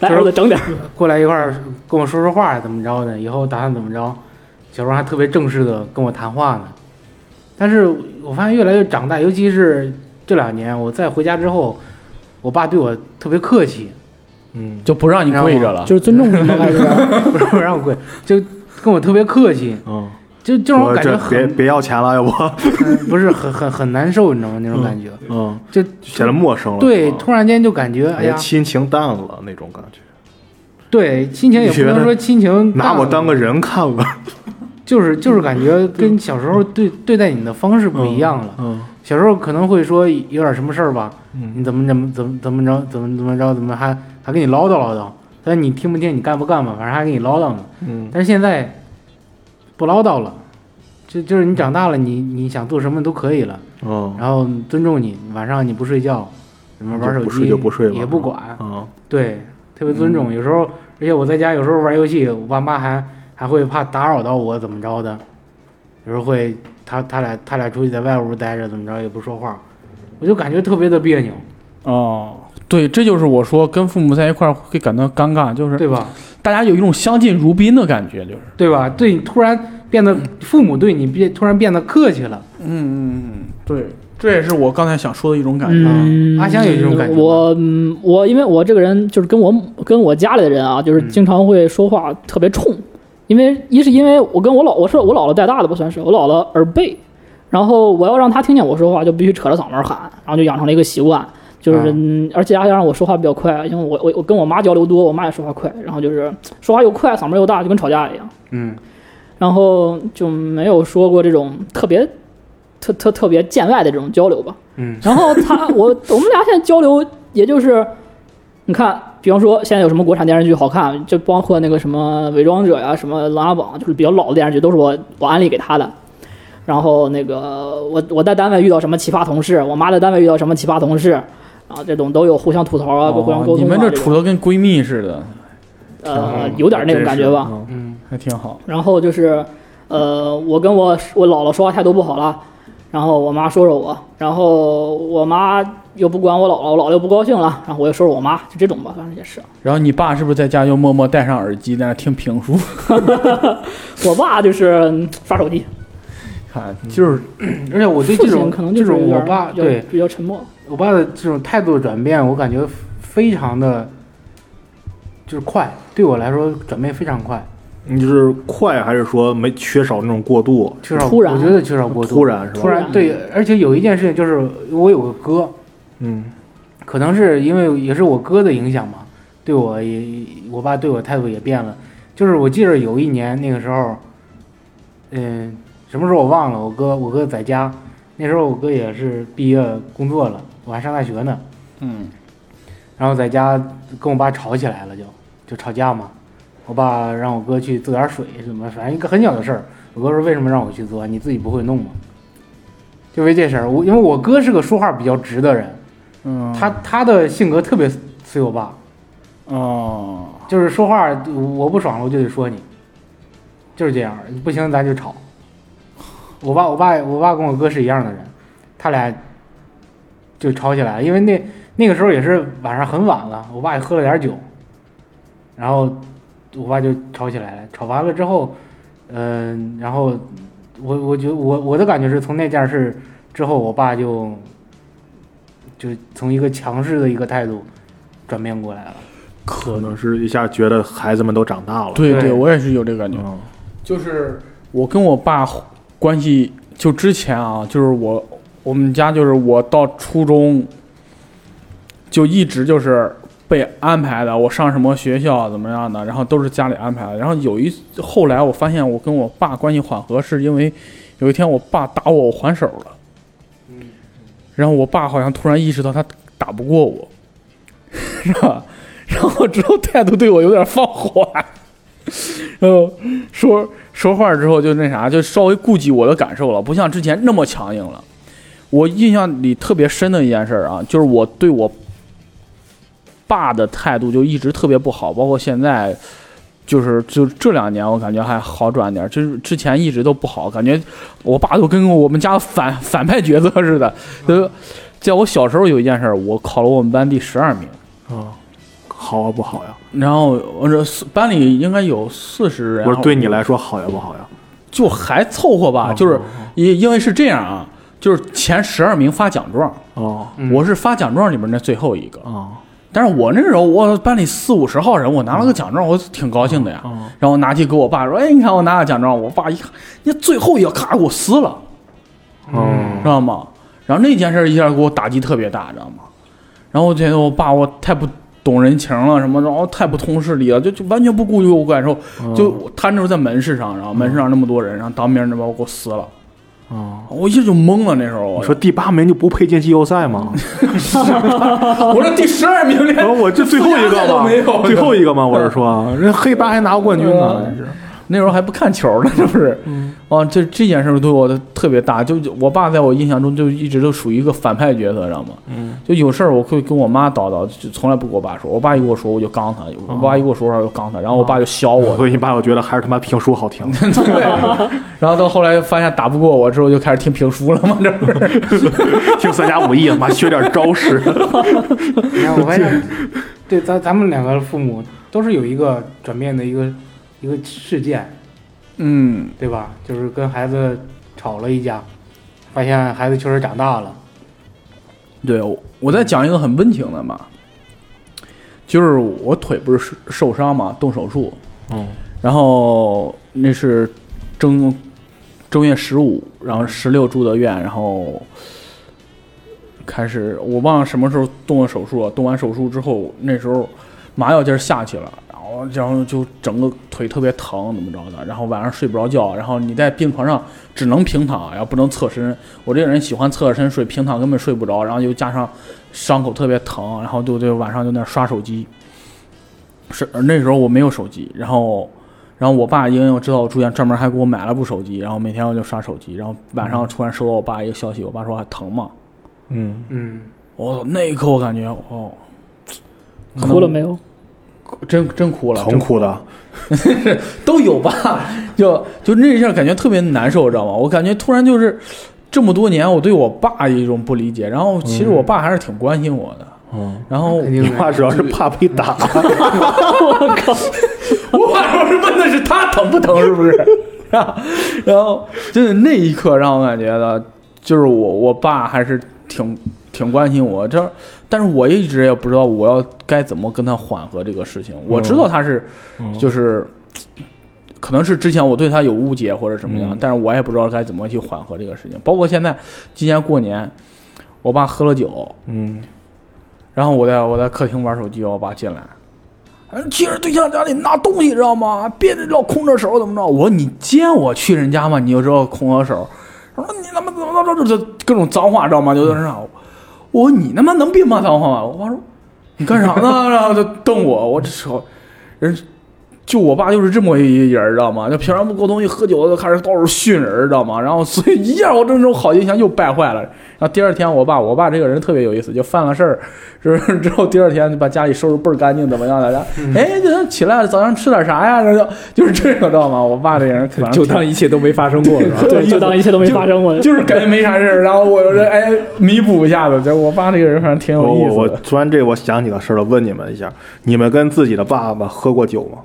Speaker 5: 来
Speaker 3: 就是
Speaker 5: 儿子整点儿，
Speaker 3: 过来一块儿跟我说说话，怎么着的？以后打算怎么着？小时候还特别正式的跟我谈话呢。但是我发现越来越长大，尤其是这两年，我再回家之后，我爸对我特别客气，
Speaker 1: 嗯，
Speaker 2: 就不让你跪着了。
Speaker 5: 就是尊重你妈还是
Speaker 3: 不是不让我跪，就跟我特别客气，
Speaker 1: 嗯，
Speaker 3: 就就让我
Speaker 1: 说
Speaker 3: 感觉
Speaker 1: 这别
Speaker 3: 很
Speaker 1: 别要钱了， 要不，
Speaker 3: 不是很很很难受，你知道吗？那种感觉，
Speaker 1: 嗯，
Speaker 3: 就
Speaker 1: 显得陌生了。
Speaker 3: 对，
Speaker 1: 是吧
Speaker 3: 突然间就感觉哎
Speaker 1: 感觉
Speaker 3: 呀，
Speaker 1: 亲情淡了那种感觉，
Speaker 3: 对，亲情也不能说亲情淡
Speaker 1: 拿我
Speaker 3: 了
Speaker 1: 当个人看吧。嗯
Speaker 3: 就是就是感觉跟小时候对对待你的方式不一样了。
Speaker 1: 嗯
Speaker 3: 小时候可能会说有点什么事儿吧，
Speaker 1: 嗯
Speaker 3: 你怎么怎么怎么怎么着，怎么怎么着，怎么还还跟你唠叨唠叨，但你听不听，你干不干吧，反正还跟你唠叨呢。
Speaker 1: 嗯，
Speaker 3: 但是现在不唠叨了，就就是你长大了，你你想做什么都可以了，
Speaker 1: 哦，
Speaker 3: 然后尊重你，晚上你不睡觉，什么玩
Speaker 1: 就
Speaker 3: 手
Speaker 1: 不
Speaker 3: 机
Speaker 1: 睡就不睡吧
Speaker 3: 也不管，
Speaker 1: 嗯
Speaker 3: 对，特别尊重。有时候，而且我在家有时候玩游戏，我爸妈还还会怕打扰到我怎么着的，有时候会他他俩他俩出去在外屋待着怎么着也不说话，我就感觉特别的别扭，
Speaker 2: 哦，对，这就是我说跟父母在一块儿会感到尴尬，就是
Speaker 3: 对吧？
Speaker 2: 大家有一种相敬如宾的感觉，就是。
Speaker 3: 对吧？对你突然变得父母对你变突然变得客气了，
Speaker 2: 嗯嗯嗯，对，这也是我刚才想说的一种感觉。
Speaker 5: 嗯，
Speaker 3: 阿香有这种感觉吗
Speaker 5: 我嗯我因为我这个人就是跟我母跟我家里的人啊，就是
Speaker 3: 嗯
Speaker 5: 经常会说话特别冲，因为一是因为我跟我姥我是我姥姥带大的吧，算是我姥姥耳背，然后我要让她听见我说话，就必须扯着嗓门喊，然后就养成了一个习惯，就是、
Speaker 3: 啊
Speaker 5: 嗯而且加上我说话比较快，因为我我我跟我妈交流多，我妈也说话快，然后就是说话又快，嗓门又大，就跟吵架一样。
Speaker 3: 嗯，
Speaker 5: 然后就没有说过这种特别特特特别见外的这种交流吧。
Speaker 3: 嗯，
Speaker 5: 然后他我我们俩现在交流，也就是你看，比方说现在有什么国产电视剧好看，就包括那个什么《伪装者》呀、啊什么《琅琊榜》，就是比较老的电视剧，都是我我安利给他的。然后那个我我在单位遇到什么奇葩同事，我妈在单位遇到什么奇葩同事。啊，这种都有互相吐槽啊，互相沟通、
Speaker 2: 哦
Speaker 5: 啊
Speaker 2: 你们
Speaker 5: 这
Speaker 2: 这处
Speaker 5: 种
Speaker 2: 的跟闺蜜似的，
Speaker 5: 呃，
Speaker 1: 哦
Speaker 5: 有点那种感觉吧。
Speaker 1: 嗯
Speaker 3: 嗯
Speaker 2: 还挺好。
Speaker 5: 然后就是，呃，我跟我我姥姥说话态度不好了，然后我妈说说我，然后我妈又不管我姥姥，我姥姥又不高兴了，然后我又说说我妈，就这种吧，反正也是。
Speaker 2: 然后你爸是不是在家又默默戴上耳机，在那听评书？
Speaker 5: 我爸就是嗯刷手机，
Speaker 2: 看，就是
Speaker 3: 嗯而且我对
Speaker 5: 父
Speaker 3: 这
Speaker 5: 亲
Speaker 3: 种
Speaker 5: 可能就
Speaker 3: 这
Speaker 5: 是
Speaker 3: 种
Speaker 5: 有
Speaker 3: 我
Speaker 5: 点
Speaker 3: 爸
Speaker 5: 比较
Speaker 3: 对
Speaker 5: 比较沉默。
Speaker 3: 我爸的这种态度的转变，我感觉非常的就是快，对我来说转变非常快，
Speaker 1: 你就是快还是说没缺少那种过渡？
Speaker 3: 缺少
Speaker 5: 突然
Speaker 3: 我觉得缺少过度，
Speaker 1: 突然是
Speaker 3: 突
Speaker 1: 吧？
Speaker 3: 然对，而且有一件事情就是我有个哥，
Speaker 1: 嗯
Speaker 3: 可能是因为也是我哥的影响嘛，对我也我爸对我态度也变了，就是我记得有一年那个时候，嗯、什么时候我忘了，我哥我哥在家，那时候我哥也是毕业工作了，我还上大学呢。
Speaker 2: 嗯，
Speaker 3: 然后在家跟我爸吵起来了就，就吵架嘛。我爸让我哥去做点水什么，反正一个很小的事儿。我哥说为什么让我去做？你自己不会弄吗？就为这事儿，我因为我哥是个说话比较直的人，
Speaker 2: 嗯
Speaker 3: 他他的性格特别随我爸，
Speaker 2: 哦，
Speaker 3: 就是说话我不爽了我就得说你，就是这样，不行咱就吵。我爸我爸我爸跟我哥是一样的人，他俩就吵起来了，因为那那个时候也是晚上很晚了，我爸也喝了点酒，然后我爸就吵起来了，吵完了之后，嗯、然后我我觉我我的感觉是从那件事之后，我爸就就从一个强势的一个态度转变过来了。
Speaker 2: 可
Speaker 1: 可能是一下觉得孩子们都长大了。
Speaker 2: 对
Speaker 3: 对
Speaker 2: 对，我也是有这个感觉。
Speaker 1: 嗯，
Speaker 2: 就是我跟我爸关系，就之前啊，就是我我们家就是我到初中就一直就是被安排的，我上什么学校怎么样的，然后都是家里安排的。然后有一后来我发现我跟我爸关系缓和，是因为有一天我爸打我，我还手了，
Speaker 1: 嗯
Speaker 2: 然后我爸好像突然意识到他打不过我， 是吧？ 然后之后态度对我有点放缓，然后说说话之后就那啥，就稍微顾及我的感受了，不像之前那么强硬了。我印象里特别深的一件事儿啊，就是我对我爸的态度就一直特别不好，包括现在，就是就这两年我感觉还好转点儿，就是之前一直都不好，感觉我爸都跟我们家反 反派角色似的。就在我小时候有一件事儿，我考了我们班第十二名。
Speaker 1: 啊，好啊不好呀？
Speaker 2: 然后我这四班里应该有四十人，
Speaker 1: 不是对你来说好呀不好呀？
Speaker 2: 就还凑合
Speaker 1: 哦
Speaker 2: 吧，就是因因为是这样啊，就是前十二名发奖状，
Speaker 1: 哦
Speaker 3: 嗯
Speaker 2: 我是发奖状里面那最后一个，
Speaker 1: 哦
Speaker 2: 但是我那时候我班里四五十号人，我拿了个奖状，我挺高兴的呀，
Speaker 1: 哦
Speaker 2: 然后拿去给我爸说，哎，你看我拿了奖状，我爸一看，那最后一个咔给我撕了，
Speaker 1: 嗯
Speaker 2: 知道吗？然后那件事儿一下给我打击特别大，知道吗？然后我觉得我爸我太不懂人情了，什么，然后太不通事理了，就就完全不顾及我感受，
Speaker 1: 嗯
Speaker 2: 就我他那时候在门市上，然后门市上那么多人，然后当面就把我给我撕了，
Speaker 1: 哦，
Speaker 2: 我一下就懵了。那时候我
Speaker 1: 你说第八名就不配进季后赛 吗？
Speaker 2: 我说第十二名连
Speaker 1: 然后我这最后一个
Speaker 2: 都没
Speaker 1: 嘛，
Speaker 2: 有，
Speaker 1: 最后一个嘛，我是说，人黑八还拿过冠军呢
Speaker 2: 嗯，那时候还不看球呢，这不是？哦、这这件事儿对我的特别大，就就我爸在我印象中就一直都属于一个反派角色，知道吗？
Speaker 1: 嗯，
Speaker 2: 就有事儿我会跟我妈叨叨，就从来不跟我爸说。我爸一跟我说我就刚他，我爸一跟我说话我就刚他，然后我爸就削我。
Speaker 1: 所以你爸我觉得还是他妈评书好 听，
Speaker 2: 对，然后到后来发现打不过我之后，就开始听评书了嘛，这不是？
Speaker 1: 听三家五艺，妈学点招式。
Speaker 3: 你看，我发现， 对咱咱们两个父母都是有一个转变的一个一个事件，
Speaker 2: 嗯，
Speaker 3: 对吧？就是跟孩子吵了一架，发现孩子确实长大了。
Speaker 2: 对，我我再讲一个很温情的嘛，就是我腿不是受受伤嘛，动手术，
Speaker 1: 嗯
Speaker 2: 然后那是正正月十五，然后十六住的院，然后开始我忘了什么时候动的手术了。动完手术之后，那时候麻药劲儿下去了，然后然后就整个腿特别疼，怎么着的，然后晚上睡不着觉，然后你在病床上只能平躺，然后不能侧身。我这个人喜欢侧着身睡，平躺根本睡不着，然后又加上伤口特别疼，然后就就晚上就在那儿刷手机。是那时候我没有手机，然后然后我爸因为我知道我住院，专门还给我买了部手机，然后每天我就刷手机，然后晚上突然收到我爸一个消息，我爸说还疼吗？
Speaker 1: 嗯，
Speaker 3: 嗯，
Speaker 2: 我、那一刻我感觉哦，可能
Speaker 5: 哭了没有？
Speaker 2: 真真哭 了，
Speaker 1: 疼哭的，
Speaker 2: 都有吧，就就那一下感觉特别难受，知道吗？我感觉突然就是这么多年，我对我爸一种不理解，然后其实我爸还是挺关心我的，
Speaker 1: 嗯，
Speaker 2: 然后
Speaker 3: 肯 定
Speaker 1: 你
Speaker 3: 的
Speaker 1: 爸主要是怕被打，
Speaker 2: 我爸说是问的是他疼不疼，是不是？然后就是那一刻让我感觉到，就是我我爸还是挺挺关心我这，但是我一直也不知道我要该怎么跟他缓和这个事情。我知道他是，就是可能是之前我对他有误解或者什么样，但是我也不知道该怎么去缓和这个事情。包括现在今年过年，我爸喝了酒，
Speaker 1: 嗯，
Speaker 2: 然后我在我在客厅玩手机，我爸进来，哎，去人对象家里拿东西，知道吗？别老空着手，怎么着？我说你见我去人家吗？你就知道空着手。他说你他妈怎么着着这各种脏话，知道吗？就在那啥。我说你他妈能别骂脏话吗？我爸说你干啥呢？然后就瞪我，我这手人。就我爸就是这么一人，知道吗？就平常不沟通，一喝酒就开始到处训人，知道吗？然后所以一下我这种好印象又败坏了。然后第二天，我爸，我爸这个人特别有意思，就犯了事儿，就是之后第二天就把家里收拾倍儿干净，怎么样的？然后哎，这起来了，早上吃点啥呀？然后就就是这个，知道吗？我爸这个人可能
Speaker 4: 就当一切都没发生过，是吧？
Speaker 5: 对，就当一切都没发 生过。
Speaker 2: 就是感觉没啥事儿，然后我就哎弥补一下子。就我爸这个人反正 挺
Speaker 1: 我
Speaker 2: 有
Speaker 1: 我
Speaker 2: 意
Speaker 1: 我
Speaker 2: 思的。
Speaker 1: 突然这我想起个事儿了，问你们一下，你们跟自己的爸爸喝过酒吗？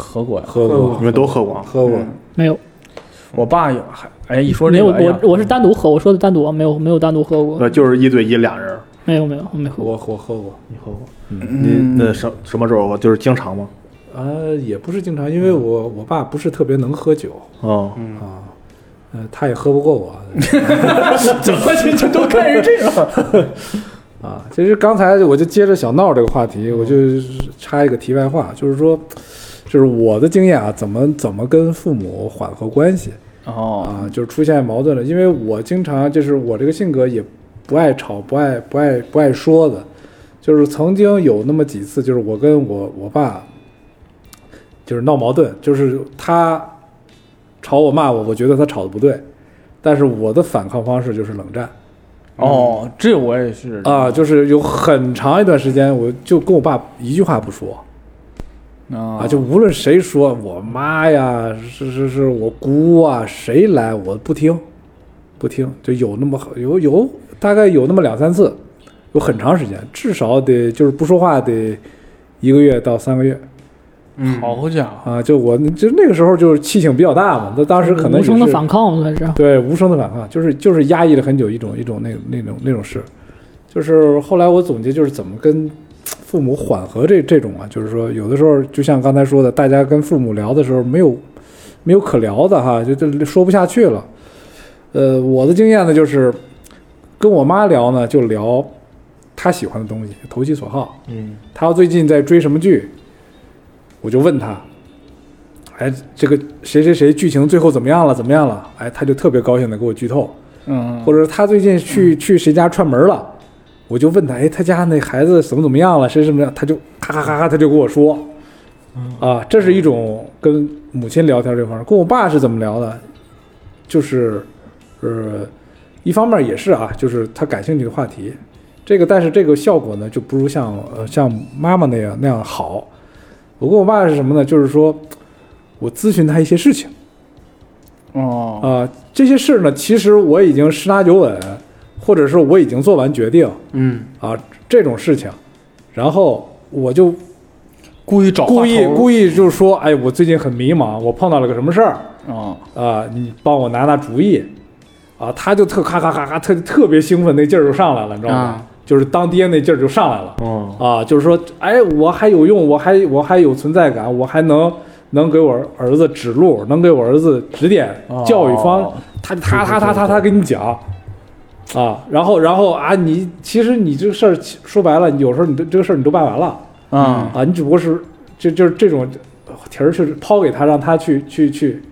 Speaker 2: 喝过呀，
Speaker 4: 喝过
Speaker 1: 你，们都喝过啊？
Speaker 4: 喝过，嗯
Speaker 5: 没有，
Speaker 2: 我爸有，还哎一说
Speaker 5: 没
Speaker 2: 这
Speaker 5: 有，
Speaker 2: 个，哎
Speaker 5: 我
Speaker 2: 呀
Speaker 5: 我是单独喝，我说的单独啊，没有没有单独喝过。
Speaker 1: 呃，就是一对一俩人儿，
Speaker 5: 没有没有，我没喝过。
Speaker 4: 我我喝过，
Speaker 1: 你喝过？
Speaker 2: 嗯
Speaker 1: 你那什什么时候喝？就是经常吗？
Speaker 4: 呃，也不是经常，因为我我爸不是特别能喝酒
Speaker 1: 哦，
Speaker 3: 嗯，
Speaker 4: 啊，呃，他也喝不过 我，
Speaker 2: 怎么就就都开始这样？
Speaker 4: 啊，其实刚才我就接着小闹这个话题，我就是插一个题外话，就是说，就是我的经验啊，怎么怎么跟父母缓和关系
Speaker 2: 哦，
Speaker 4: 啊，就是出现矛盾了，因为我经常就是我这个性格也不爱吵，不爱不爱不爱说的，就是曾经有那么几次，就是我跟我我爸就是闹矛盾，就是他吵我骂我，我觉得他吵的不对，但是我的反抗方式就是冷战。
Speaker 2: 哦，这我也是
Speaker 4: 啊，就是有很长一段时间，我就跟我爸一句话不说
Speaker 2: 啊
Speaker 4: 啊，就无论谁说我妈呀，是是是我姑啊，谁来我不听，不听，就有那么好有有大概有那么两三次，有很长时间，至少得就是不说话得一个月到三个月
Speaker 3: 嗯，
Speaker 2: 好家伙，
Speaker 4: 啊，就我就那个时候就是气性比较大嘛，那当时可能
Speaker 5: 无
Speaker 4: 也
Speaker 5: 声的
Speaker 4: 是
Speaker 5: 反抗算是。
Speaker 4: 对，无声的反抗，就是就是压抑了很久一种一种那种那种那种事，就是后来我总结就是怎么跟父母缓和这这种啊，就是说有的时候就像刚才说的，大家跟父母聊的时候没有没有可聊的哈，就就说不下去了。呃，我的经验呢就是跟我妈聊呢就聊她喜欢的东西，投其所好。
Speaker 1: 嗯，
Speaker 4: 她最近在追什么剧，我就问她，哎，这个谁谁谁剧情最后怎么样了？怎么样了？哎，他就特别高兴的给我剧透，
Speaker 2: 嗯，
Speaker 4: 或者他最近去去谁家串门了，我就问他，哎，他家那孩子怎么怎么样了？谁怎么样？他就咔咔咔咔，他就跟我说，啊，这是一种跟母亲聊天这方式。跟我爸是怎么聊的？就是，呃，一方面也是啊，就是他感兴趣的话题，这个但是这个效果呢，就不如像呃像妈妈那样那样好。我跟我爸是什么呢？就是说我咨询他一些事情。
Speaker 2: 哦，
Speaker 4: 啊、这些事呢，其实我已经十拿九稳，或者是我已经做完决定
Speaker 3: 嗯，
Speaker 4: 啊、这种事情，然后我就
Speaker 2: 故意找
Speaker 4: 故意
Speaker 2: 意
Speaker 4: 故意就是说，哎，我最近很迷茫，我碰到了个什么事儿
Speaker 2: 啊，
Speaker 4: 啊、你帮我拿拿主意啊、他就特咔咔咔咔，特特别兴奋，那劲儿就上来了，你知道吗？
Speaker 3: 啊
Speaker 4: 就是当爹那劲儿就上来了。
Speaker 1: 哦，
Speaker 4: 啊，就是说，哎，我还有用，我还我还有存在感，我还能能给我儿子指路，能给我儿子指点
Speaker 1: 啊
Speaker 2: 哦
Speaker 4: 教育方，他他他他他他跟你讲啊，然后然后啊，你其实你这个事儿说白了，有时候你都这个事儿你都办完了
Speaker 2: 嗯，
Speaker 4: 啊，你只不过是就就是这种题儿，就是抛给他，让他去去去，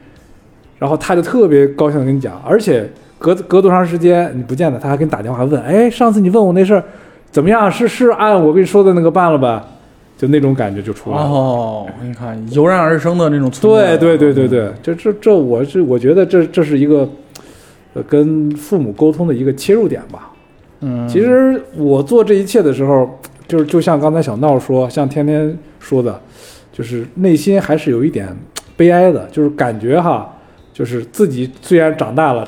Speaker 4: 然后他就特别高兴的跟你讲，而且隔隔多长时间你不见他，他还给你打电话问，哎，上次你问我那事儿怎么样？是是按我跟你说的那个办了吧？就那种感觉就出来了。
Speaker 2: 哦，你看油然而生的那种存在
Speaker 4: 对对对对对，这这这我是我觉得这这是一个，呃，跟父母沟通的一个切入点吧。
Speaker 2: 嗯，
Speaker 4: 其实我做这一切的时候，就是就像刚才小闹说，像天天说的，就是内心还是有一点悲哀的，就是感觉哈，就是自己虽然长大了，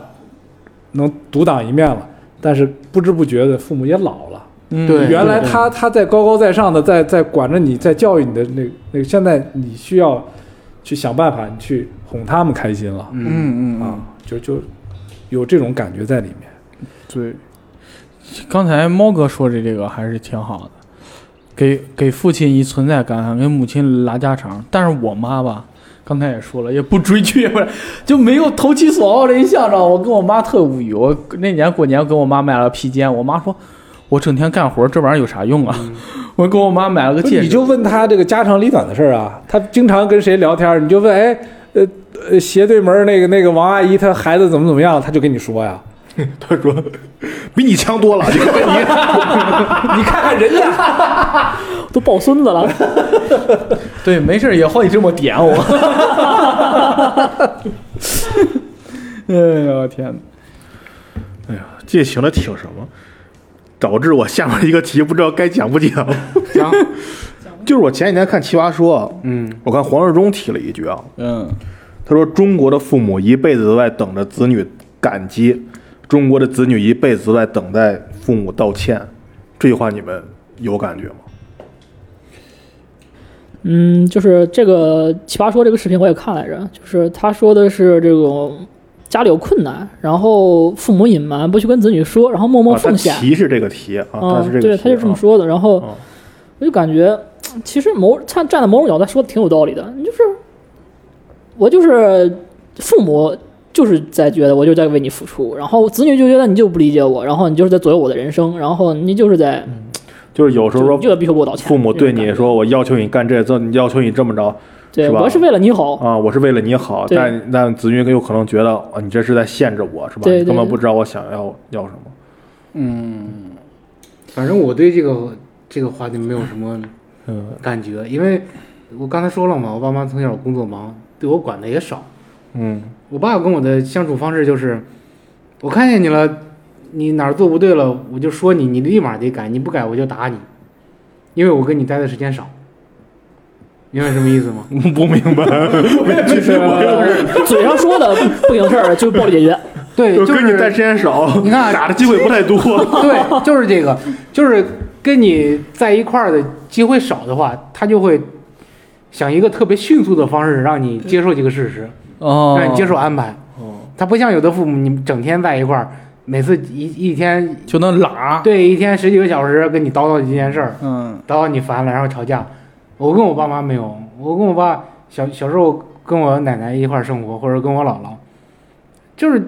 Speaker 4: 能独当一面了，但是不知不觉的父母也老了。
Speaker 2: 嗯
Speaker 3: 对
Speaker 4: 原来他他在高高在上的，在在管着你，在教育你的那那个，现在你需要去想办法，你去哄他们开心了、
Speaker 3: 嗯，
Speaker 2: 嗯嗯
Speaker 4: 啊，就就有这种感觉在里面。
Speaker 2: 对，刚才猫哥说的这个还是挺好的，给给父亲以存在感，给母亲拉家常。但是我妈吧，刚才也说了，也不追剧，也不是就没有投其所好这一项，知道吗我跟我妈特无语。我 那年过年给我妈买了披肩，我妈说。我整天干活，这玩意儿有啥用啊？ 我给我妈买了个
Speaker 4: 不
Speaker 2: 戒
Speaker 4: 你
Speaker 2: 指，
Speaker 4: 就问他这个家长里短的事儿啊，他经常跟谁聊天，你就问，哎，呃呃，斜对门儿那个那个王阿姨，她孩子怎么怎么样，他就跟你说呀。
Speaker 1: 他说比你强 多了，这个你
Speaker 4: 你看看人家，
Speaker 5: 都抱孙子了，
Speaker 2: 对，没事儿也好你这么点我。哎呦天哪！
Speaker 1: 这哎行的挺什么，导致我下面一个题不知道该讲不讲。
Speaker 3: 行，
Speaker 1: 就是我前几天看《奇葩说》，
Speaker 3: 嗯
Speaker 1: 我看黄志忠提了一句啊，
Speaker 2: 嗯，
Speaker 1: 他说中国的父母一辈子都在等着子女感激，中国的子女一辈子都在等待父母道歉。这句话你们有感觉吗？
Speaker 5: 嗯，就是这个《奇葩说》这个视频我也看来着，就是他说的是这种家里有困难，然后父母隐瞒，不去跟子女说，然后默默
Speaker 1: 啊他
Speaker 5: 奉献。
Speaker 1: 提是这个题啊，他是这个
Speaker 5: 嗯，对，
Speaker 1: 题
Speaker 5: 他就这么
Speaker 1: 啊
Speaker 5: 说的。然后
Speaker 1: 嗯
Speaker 5: 我就感觉，其实某站站在某种角度来说挺有道理的。你就是我就是父母，就是在觉得我就在为你付出，然后子女就觉得你就不理解我，然后你就是在左右我的人生，然后你就是在
Speaker 1: 就是有时候
Speaker 5: 就
Speaker 1: 嗯说
Speaker 5: 就必须给我道歉。
Speaker 1: 父母对
Speaker 5: 这种
Speaker 1: 你
Speaker 5: 感觉，
Speaker 1: 说我要求你干这，这要求你这么着
Speaker 5: 对
Speaker 1: 是吧
Speaker 5: 我是为了你好，
Speaker 1: 啊，我是为了你好，
Speaker 5: 对
Speaker 1: 但但子女有可能觉得啊，你这是在限制我是吧？
Speaker 5: 对
Speaker 1: 你根
Speaker 5: 对
Speaker 1: 本
Speaker 5: 对
Speaker 1: 不知道我想要要什么。
Speaker 3: 嗯，反正我对这个这个话题没有什么
Speaker 1: 嗯
Speaker 3: 感觉，因为我刚才说了嘛，我爸妈从小工作忙，对我管的也少。
Speaker 1: 嗯
Speaker 3: 我爸跟我的相处方式就是，我看见你了，你哪儿做不对了，我就说你，你立马得改，你不改我就打你，因为我跟你待的时间少。明白什么意思吗？
Speaker 1: 不明白，其实我
Speaker 5: 就是嘴上说的不顶事儿就暴力解决。
Speaker 3: 对，
Speaker 1: 就
Speaker 3: 就是
Speaker 1: 跟你待时间少，
Speaker 3: 你看
Speaker 1: 打的机会不太多。
Speaker 3: 对，就是这个，就是跟你在一块儿的机会少的话，他就会想一个特别迅速的方式让你接受这个事实，
Speaker 2: 哦，
Speaker 3: 让你接受安排。
Speaker 1: 哦
Speaker 3: 他不像有的父母，你们整天在一块儿，每次一一天
Speaker 2: 就能
Speaker 1: 啊
Speaker 2: 拉，
Speaker 3: 对一天十几个小时跟你叨叨一件事儿，
Speaker 2: 嗯，
Speaker 3: 叨叨你烦了，然后吵架。我跟我爸妈没有，我跟我爸小小时候跟我奶奶一块儿生活，或者跟我姥姥，就是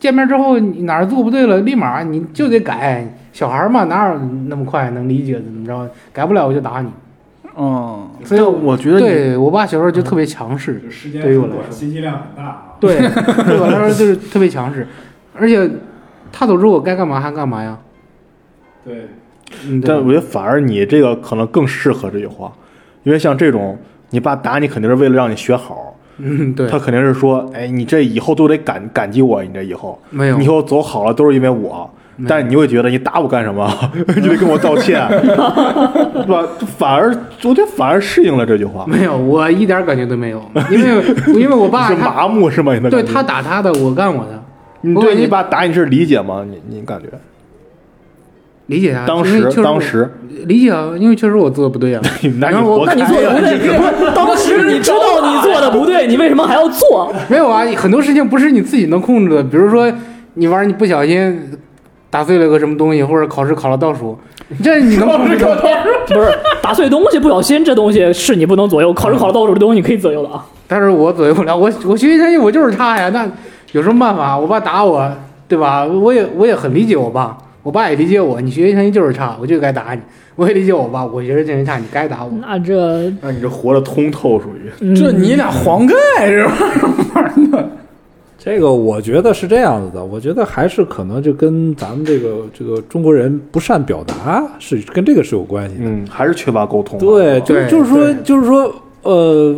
Speaker 3: 见面之后你哪儿做不对了，立马你就得改。小孩儿嘛，哪有那么快能理解的？怎么着？改不了我就打你。
Speaker 2: 嗯，
Speaker 3: 所以我
Speaker 1: 我觉得
Speaker 3: 对我爸小时候就特别强势，
Speaker 4: 就时间
Speaker 3: 对于我来说
Speaker 4: 信息量很大啊。
Speaker 3: 对 对我来说就是特别强势，而且他总是我该干嘛还干嘛呀。
Speaker 4: 对，
Speaker 3: 嗯，
Speaker 1: 你，
Speaker 3: 对
Speaker 1: 但我觉得反而你这个可能更适合这句话，因为像这种，你爸打你肯定是为了让你学好，
Speaker 3: 嗯对
Speaker 1: 他，肯定是说，哎，你这以后都得感感激我，你这以后，
Speaker 3: 没有
Speaker 1: 你以后走好了都是因为我。
Speaker 3: 哎没有
Speaker 1: 但是你会觉得你打我干什么？ 你得跟我道 歉，对吧？反而我觉得反而适应了这句话，
Speaker 3: 没有，我一点感觉都 没有，因为因为我爸
Speaker 1: 是
Speaker 3: 他
Speaker 1: 麻木是吗？你的
Speaker 3: 对
Speaker 1: 感觉
Speaker 3: 他，打他的，我干我的，
Speaker 1: 你
Speaker 3: 我
Speaker 1: 对
Speaker 3: 感觉
Speaker 1: 你爸打你是理解吗？你你感觉
Speaker 3: 理解他。
Speaker 1: 当
Speaker 3: 因为
Speaker 1: 时
Speaker 3: 确实我
Speaker 1: 当时
Speaker 3: 理解啊，因为确实我做的不对啊。
Speaker 1: 那
Speaker 3: 然
Speaker 1: 你
Speaker 3: 后我
Speaker 1: 活
Speaker 5: 那
Speaker 1: 该
Speaker 5: 你做的不对，不是 当时你知哎道你做的不对，你为什么还要做？
Speaker 3: 没有啊，很多事情不是你自己能控制的，比如说你玩儿你不小心打碎了个什么东西，或者考试考了倒数，这你能控制的吗？
Speaker 5: 不是打碎东西不小心，这东西是你不能左右。考试考了倒数的东西你可以左右的啊。
Speaker 3: 但是我左右不了，我我学习成绩我就是差呀，那有什么办法？我爸打我，对吧？我也我也很理解我爸，我爸也理解我，你学习成绩就是差，我就该打你。我也理解我爸，我学习成绩差，你该打我。
Speaker 5: 那这、
Speaker 1: 那你这活得通透，属于
Speaker 5: 嗯
Speaker 2: 这你俩黄盖是吧？
Speaker 4: 这个我觉得是这样子的，我觉得还是可能就跟咱们这个这个中国人不善表达是跟这个是有关系的。
Speaker 1: 嗯，还是缺乏沟通吧。
Speaker 4: 对，
Speaker 1: 是吧
Speaker 3: 对
Speaker 4: 就是就是说
Speaker 3: 对
Speaker 4: 就是说呃，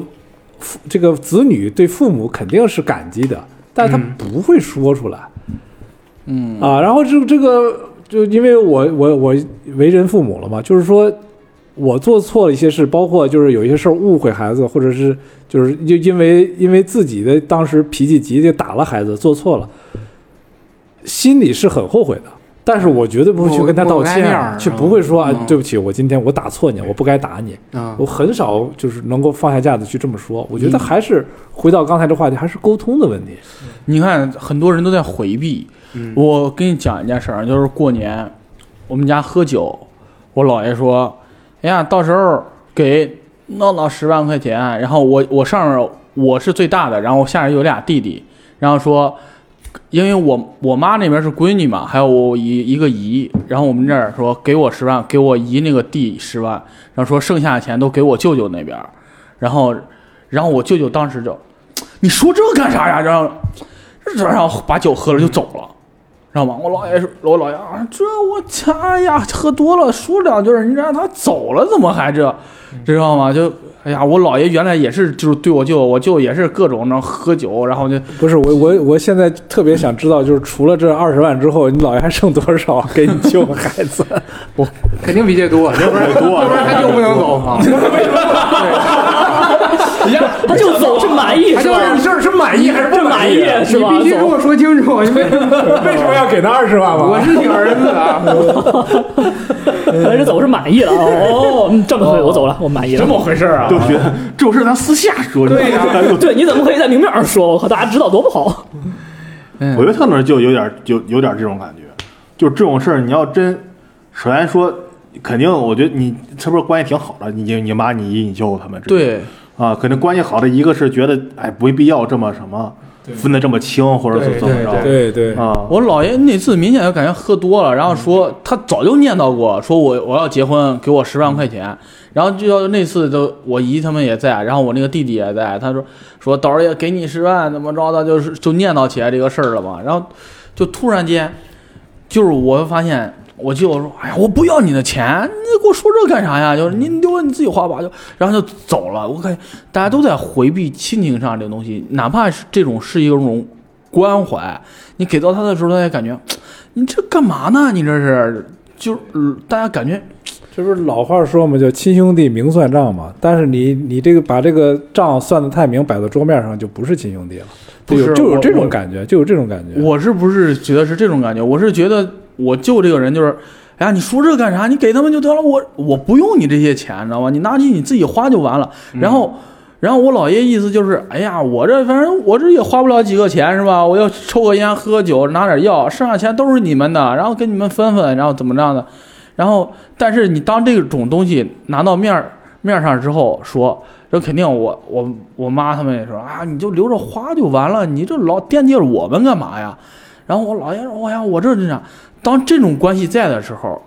Speaker 4: 父这个子女对父母肯定是感激的，但是他
Speaker 3: 嗯
Speaker 4: 不会说出来。
Speaker 2: 嗯
Speaker 4: 啊，然后这这个就因为我我我为人父母了嘛，就是说我做错了一些事，包括就是有一些事儿误会孩子，或者是就是就因为因为自己的当时脾气急就打了孩子，做错了，心里是很后悔的。但是我绝对不会去
Speaker 3: 我
Speaker 4: 跟他
Speaker 3: 我
Speaker 4: 道
Speaker 3: 该
Speaker 4: 歉
Speaker 3: 那样儿，
Speaker 4: 去
Speaker 3: 是吧
Speaker 4: 不会说啊
Speaker 3: 嗯，
Speaker 4: 对不起，我今天我打错你，了，我不该打你。
Speaker 3: 啊、
Speaker 4: 我很少就是能够放下架子去这么说。我觉得还是回到刚才这话题，还是沟通的问题。
Speaker 2: 你看，很多人都在回避。
Speaker 3: 嗯
Speaker 2: 我跟你讲一件事儿，就是过年我们家喝酒，我姥爷说：“哎呀，到时候给闹闹十万块钱。”然后我我上面我是最大的，然后我下面有俩弟弟，然后说。因为我我妈那边是闺女嘛，还有我一一个姨，然后我们这儿说给我十万，给我姨那个弟十万，然后说剩下的钱都给我舅舅那边儿，然后，然后我舅舅当时就，你说这干啥呀？然后然后把酒喝了就走了，知道吗？我姥爷说，我姥爷啊，这我家哎呀，喝多了说两句，你让他走了，怎么还这，知道吗？就哎呀，我姥爷原来也是，就是对我舅，我舅也是各种那喝酒，然后就
Speaker 4: 不是我我我现在特别想知道，就是除了这二十万之后，你姥爷还剩多少给你救孩子？
Speaker 3: 肯定比这多，要不然
Speaker 1: 啊
Speaker 3: 要 不然他就不能走啊。
Speaker 5: 他就走是满意
Speaker 3: 他
Speaker 5: 是
Speaker 3: 就
Speaker 5: 吧？
Speaker 3: 是这是满意还是
Speaker 5: 这满意是吧？
Speaker 3: 你必须跟
Speaker 5: 走
Speaker 3: 我说清楚，因为
Speaker 4: 为什么要给他二十万
Speaker 3: 我
Speaker 4: 嘛？
Speaker 3: 是你儿子啊。
Speaker 5: 还是走是满意了哦，嗯这么回我走了，我满意了。
Speaker 2: 回事啊
Speaker 1: 都觉得这种事咱私下说，对呀，
Speaker 3: 啊
Speaker 5: 对，你怎么可以在明面上说？我靠，大家知道多不好。
Speaker 2: 嗯
Speaker 1: 我觉得特能就有点有有点这种感觉，就是这种事儿，你要真首先说，肯定我觉得你这不是关系挺好的，你你你妈你姨你舅他们这种
Speaker 2: 对，
Speaker 1: 啊，可能关系好的一个是觉得哎没必要这么什么
Speaker 4: 对
Speaker 1: 分的这么清，或者
Speaker 3: 对
Speaker 1: 是怎么
Speaker 3: 对
Speaker 1: 着
Speaker 4: 对对，
Speaker 1: 啊，
Speaker 2: 我姥爷那次明显就感觉喝多了，然后说他早就念叨过，说我我要结婚，给我十万块钱。然后就要那次都我姨他们也在，然后我那个弟弟也在，他说说导儿也给你十万，怎么着的，就是就念叨起来这个事儿了嘛。然后就突然间，就是我发现。我舅说：“哎呀，我不要你的钱，你给我说这干啥呀？就是你留着你自己花吧。”就然后就走了。我感觉大家都在回避亲情上这个东西，哪怕是这种是一种关怀，你给到他的时候，他也感觉你这干嘛呢？你这是就是、呃大家感觉
Speaker 4: 这不是老话说嘛，叫亲兄弟明算账嘛。但是你你这个把这个账算得太明，摆到桌面上就不是亲兄弟了，
Speaker 2: 不
Speaker 4: 就是有就
Speaker 2: 我
Speaker 4: 有这
Speaker 2: 我
Speaker 4: 种感觉，就有这种感觉。
Speaker 2: 我是不是觉得是这种感觉？我是觉得我舅这个人就是，哎呀，你说这干啥？你给他们就得了，我我不用你这些钱，你知道吗？你拿去你自己花就完了。然后，然后我姥爷意思就是，哎呀，我这反正我这也花不了几个钱是吧？我要抽个烟，喝个酒，拿点药，剩下钱都是你们的，然后给你们分分，然后怎么着的？然后，但是你当这种东西拿到面儿面儿上之后说。这肯定我，我我妈他们也说啊，你就留着花就完了，你这老惦记着我们干嘛呀？然后我姥爷说：“哎呀，我这这样。”当这种关系在的时候，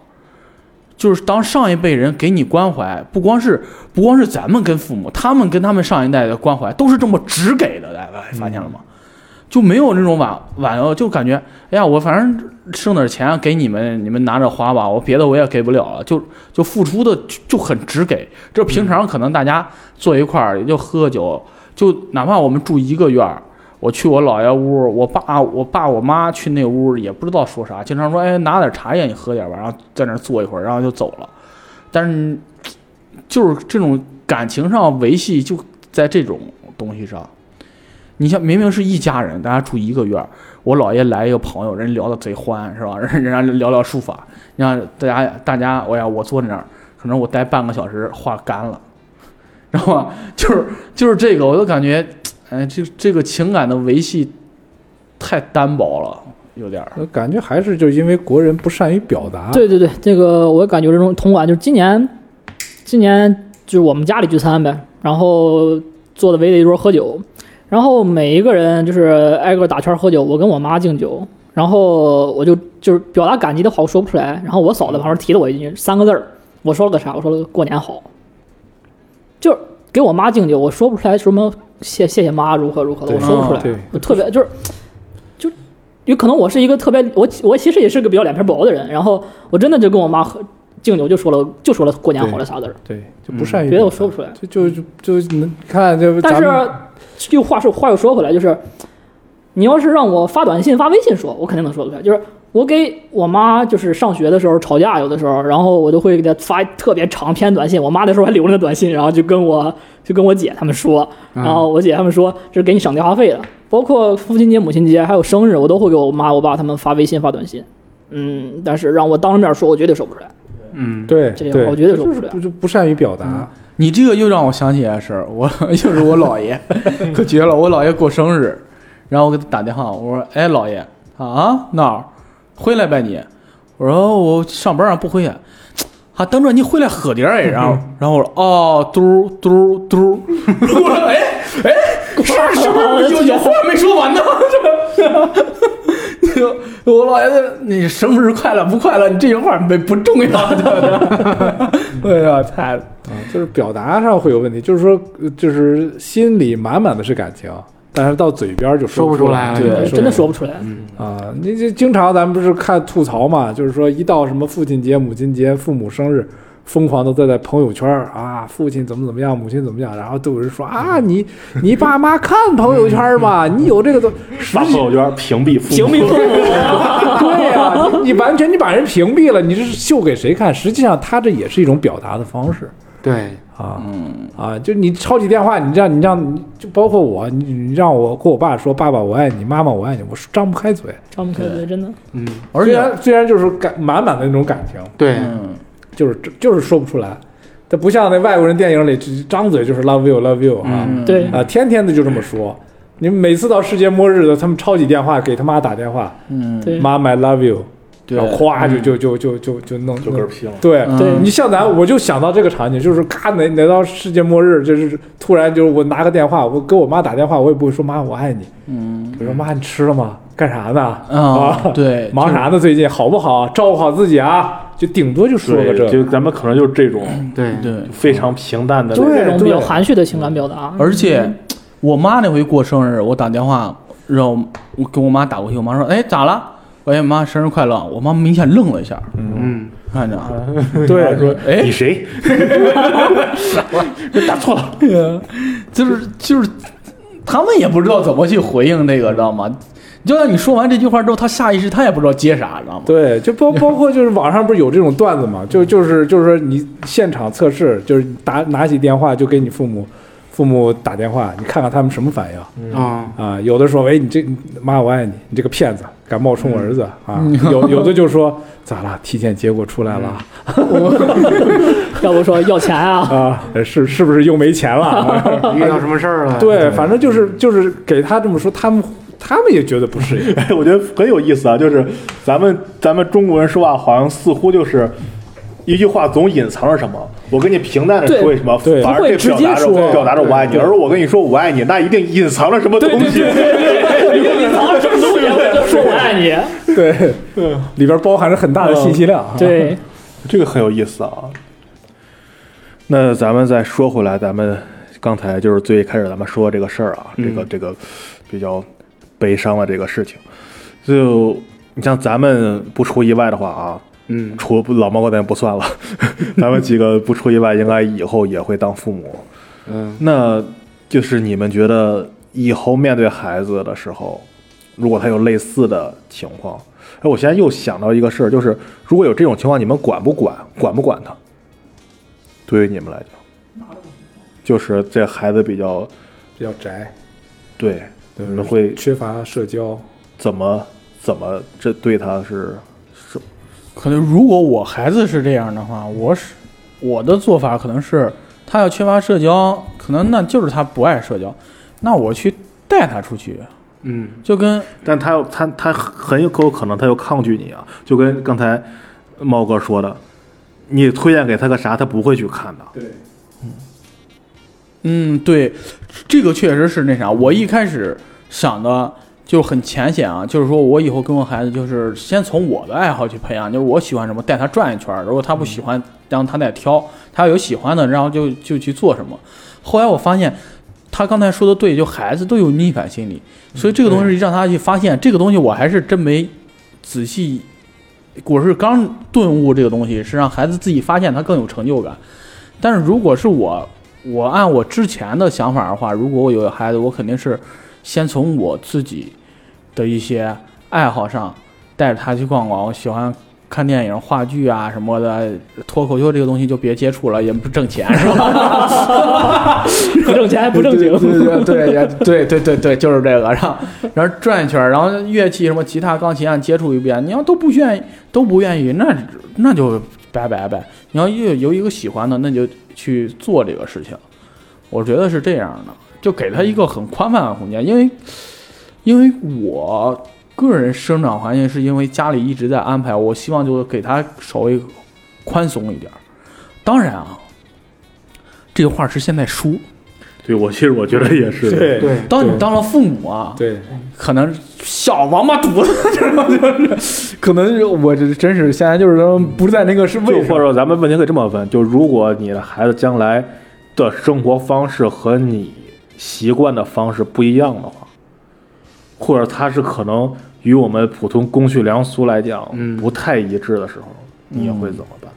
Speaker 2: 就是当上一辈人给你关怀，不光是不光是咱们跟父母，他们跟他们上一代的关怀都是这么直给的，大家发现了吗？就没有那种婉婉呃，就感觉哎呀，我反正剩点钱给你们，你们拿着花吧，我别的我也给不了了，就就付出的就就很直给。这平常可能大家坐一块儿也就喝个酒，就哪怕我们住一个院儿，我去我姥爷屋，我爸我爸我妈去那屋也不知道说啥，经常说哎拿点茶叶你喝点吧，然后在那儿坐一会儿，然后就走了。但是就是这种感情上维系，就在这种东西上。你像明明是一家人，大家住一个院儿，我姥爷来一个朋友，人聊的贼欢是吧？ 人人家聊聊书法，你看大家大家，哎呀，我坐那儿，可能我待半个小时，画干了，知道吗？就是就是这个，我就感觉哎，这这个情感的维系太单薄了，有点儿。
Speaker 4: 我感觉还是就因为国人不善于表达，
Speaker 5: 对对对，这个我感觉这种同感，就是今年，今年就是我们家里聚餐呗，然后坐的围着一桌喝酒，然后每一个人就是挨个打圈喝酒，我跟我妈敬酒，然后我就就是表达感激的话我说不出来，然后我嫂子旁边提了我一句三个字儿，我说了个啥？我说了个过年好，就是给我妈敬酒，我说不出来什么谢谢谢妈如何如何的，我
Speaker 4: 对
Speaker 5: 说不出来，
Speaker 4: 对
Speaker 5: 我特别就是。就有可能我是一个特别我我其实也是个比较脸皮薄的人，然后我真的就跟我妈喝敬酒就说了就说了过年好了啥字儿，
Speaker 4: 对，就不善
Speaker 5: 嗯
Speaker 4: 于
Speaker 5: 别的
Speaker 4: 表
Speaker 5: 我
Speaker 4: 达。
Speaker 5: 说不出来。
Speaker 4: 就就就就能看就
Speaker 5: 但
Speaker 4: 咱们
Speaker 5: 是又话说话又说回来，就是你要是让我发短信发微信说，我肯定能说得出来。就是我给我妈就是上学的时候吵架，有的时候，然后我就会给她发特别长篇短信，我妈那时候还留着那短信，然后就跟我就跟我姐他们说，然后我姐他们说这是给你省电话费的。包括父亲节、母亲节还有生日，我都会给我妈、我爸他们发微信发短信。嗯，但是让我当着面说，我绝对说不出来，
Speaker 3: 嗯，
Speaker 4: 对
Speaker 5: 这些
Speaker 4: 对，
Speaker 5: 话我绝对说不嗯出来。
Speaker 4: 就就不善于表达，
Speaker 2: 你这个又让我想起来事儿，我 又是我姥爷， 可绝了！我姥爷过生日，然后我给他打电话，我说：“哎，姥爷啊，哪儿回来呗你？”我说：“我上班啊，不回去。”啊，等着你回来喝点儿哎，然后，然后我说：“哦，嘟嘟 嘟。”我说：“哎哎，是是不 是有有话没说完呢？” 这我姥爷在，你生日快乐不快乐？你这句话没不重要。对 哎呀，太
Speaker 4: 啊，就是表达上会有问题，就是说，呃就是心里满满的是感情，但是到嘴边儿就
Speaker 3: 说
Speaker 4: 不
Speaker 3: 不出来了，
Speaker 2: 对
Speaker 4: 对
Speaker 5: 真的说不出来。
Speaker 4: 啊。你这经常咱们不是看吐槽嘛，就是说一到什么父亲节、母亲节、父母生日，疯狂的在在朋友圈儿啊，父亲怎么怎么样，母亲怎么样，然后都有人说啊，你你爸妈看朋友圈儿吧，你有这个都实
Speaker 1: 把
Speaker 4: 际
Speaker 1: 朋友圈屏蔽 父母，
Speaker 5: 屏蔽父母，
Speaker 4: 对呀、你你完全你把人屏蔽了，你这是秀给谁看？实际上，他这也是一种表达的方式
Speaker 3: 对，
Speaker 4: 啊，啊，就你抄起电话，你让你让你就包括我，你你让我跟我爸说爸爸我爱你，妈妈我爱你，我说张不开嘴。
Speaker 5: 张不开嘴，真的。
Speaker 3: 嗯，
Speaker 2: 而
Speaker 4: 虽
Speaker 2: 且
Speaker 4: 然虽然就是感满满的那种感情，
Speaker 3: 对，
Speaker 2: 嗯，
Speaker 4: 就是就是说不出来。它不像那外国人电影里只张嘴就是 love you love you 啊、
Speaker 3: 嗯
Speaker 5: 对
Speaker 4: 啊，天天的就这么说你每次到世界末日的，他们超级电话给他妈打电话，
Speaker 2: 嗯，
Speaker 5: 对
Speaker 4: 妈，I love you，
Speaker 2: 对
Speaker 4: 然后咵就
Speaker 3: 嗯
Speaker 4: 就就就就就弄
Speaker 1: 就嗝
Speaker 4: 弄
Speaker 1: 屁了。
Speaker 4: 对，
Speaker 2: 嗯
Speaker 5: 对
Speaker 4: 你像咱，我就想到这个场景，就是咔，哪哪到世界末日，就是突然就是我拿个电话，我给我妈打电话，我也不会说妈我爱你，
Speaker 2: 嗯
Speaker 4: 我说妈你吃了吗？干啥呢？
Speaker 2: 啊，对，
Speaker 4: 忙啥呢？最近好不好？照顾好自己啊！就顶多就说个
Speaker 1: 对，
Speaker 4: 这，
Speaker 1: 就咱们可能就是这种
Speaker 3: 对
Speaker 2: 就？对，
Speaker 1: 非常平淡的那种，
Speaker 4: 对
Speaker 5: 这种比较
Speaker 4: 对
Speaker 5: 含蓄的情感表达。
Speaker 2: 而且我妈那回过生日，我打电话让我我给我妈打过去，我妈说：“哎，咋了？”我哎妈，生日快乐！我妈明显愣了一下，
Speaker 3: 嗯，
Speaker 2: 看着，
Speaker 4: 对，
Speaker 1: 说
Speaker 2: 哎
Speaker 1: 你谁？打错了，
Speaker 2: 就是就是，他们也不知道怎么去回应那个，知道吗？就像你说完这句话之后，他下意识他也不知道接啥，知道吗？
Speaker 4: 对，就包包括就是网上不是有这种段子嘛？就就是就是说你现场测试，就是打拿起电话就给你父母父母打电话，你看看他们什么反应
Speaker 3: 啊，
Speaker 4: 啊？有的说喂你这妈我爱你，你这个骗子，敢冒充我儿子啊？有有的就说咋了？体检结果出来了
Speaker 5: 要不说要钱 啊，
Speaker 4: 啊？是是不是又没钱了啊？
Speaker 3: 遇到什么事儿了？
Speaker 4: 对，反正就是就是给他这么说，他们他们也觉得不适 应。
Speaker 1: 哎，我觉得很有意思啊，就是咱们咱们中国人说话好像似乎就是。一句话总隐藏着什么，我跟你平淡的
Speaker 5: 对
Speaker 1: 说一什么，
Speaker 4: 对
Speaker 1: 反而
Speaker 5: 不会
Speaker 1: 这
Speaker 5: 直
Speaker 1: 表
Speaker 5: 接
Speaker 1: 达着
Speaker 4: 说
Speaker 1: 表达着我爱你，
Speaker 4: 对
Speaker 1: 而我跟你说我爱你，那一定隐藏了什么东西。
Speaker 5: 你藏着什么东西？我就说我爱你。
Speaker 4: 对，里边包含着很大的信息量啊。
Speaker 5: 对，
Speaker 1: 这个很有意思啊。那咱们再说回来，咱们刚才就是最开始咱们说这个事儿啊，这个这个比较悲伤的这个事情，就你像咱们不出意外的话啊，
Speaker 3: 嗯，
Speaker 1: 除老猫哥咱不算了， 咱们几个不出意外，应该以后也会当父母。
Speaker 3: 嗯，
Speaker 1: 那就是你们觉得以后面对孩子的时候，如果他有类似的情况，哎，我现在又想到一个事儿，就是如果有这种情况，你们管不管？管不管他？对于你们来讲，就是这孩子比较
Speaker 4: 比较宅，
Speaker 1: 对，
Speaker 4: 对
Speaker 1: 你们会
Speaker 4: 缺乏社交。
Speaker 1: 怎么怎么这对他是是
Speaker 2: 可能如果我孩子是这样的话，我是我的做法可能是他要缺乏社交，可能那就是他不爱社交，那我去带他出去，
Speaker 3: 嗯，
Speaker 2: 就跟
Speaker 1: 但他有他他很有可能他有抗拒你啊，就跟刚才猫哥说的，你推荐给他个啥，他不会去看的。
Speaker 4: 对，
Speaker 2: 嗯，对，这个确实是那啥。我一开始想的就很浅显啊，就是说我以后跟我孩子就是先从我的爱好去培养，就是我喜欢什么带他转一圈儿，如果他不喜欢，让他再挑，他要有喜欢的，然后就就去做什么。后来我发现。他刚才说的对，就孩子都有逆反心理，所以这个东西让他去发现，这个东西我还是真没仔细，我是刚顿悟这个东西，是让孩子自己发现他更有成就感。但是如果是我，我按我之前的想法的话，如果我有孩子，我肯定是先从我自己的一些爱好上带着他去逛逛。我喜欢看电影、话剧啊什么的，脱口秀这个东西就别接触了，也不挣钱，是吧？
Speaker 5: 不挣钱还不正经。
Speaker 2: 对对对 对对对，就是这个。然后然后转一圈儿，然后乐器什么吉他、钢琴啊接触一遍，你要都不愿意都不愿意，那那就拜拜呗。你要有有一个喜欢的，那就去做这个事情。我觉得是这样的，就给他一个很宽泛的空间，因为因为我个人生长环境是因为家里一直在安排，我希望就给他稍微宽松一点儿。当然啊，这个话是现在说，
Speaker 1: 对我其实我觉得也是，
Speaker 4: 对
Speaker 3: 对，
Speaker 2: 当你当了父母啊，
Speaker 4: 对，
Speaker 2: 可能小王八犊子，
Speaker 4: 可能我这真是现在就是说不在那个是
Speaker 1: 就
Speaker 4: 为什
Speaker 1: 或
Speaker 4: 么？
Speaker 1: 者咱们问题可以这么问：就如果你的孩子将来的生活方式和你习惯的方式不一样的话，或者他是可能与我们普通公序良俗来讲
Speaker 3: 嗯
Speaker 1: 不太一致的时候，你也会怎么办？